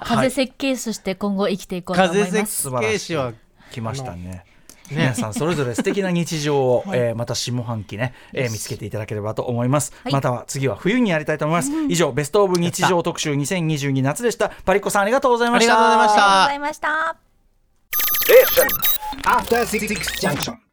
S9: 風設計士として今後生きていこうと思い
S4: 風
S9: ます
S4: 設計士は
S3: 来ましたね皆さんそれぞれ素敵な日常 を、えーまた下半期ね、えー見つけていただければと思います、または次は冬にやりたいと思います、以上ベストオブ日常特集2022夏でしたパリッコさんありがとうございました
S4: ありがとうございました
S9: ありがとうございました
S10: After Six Junction.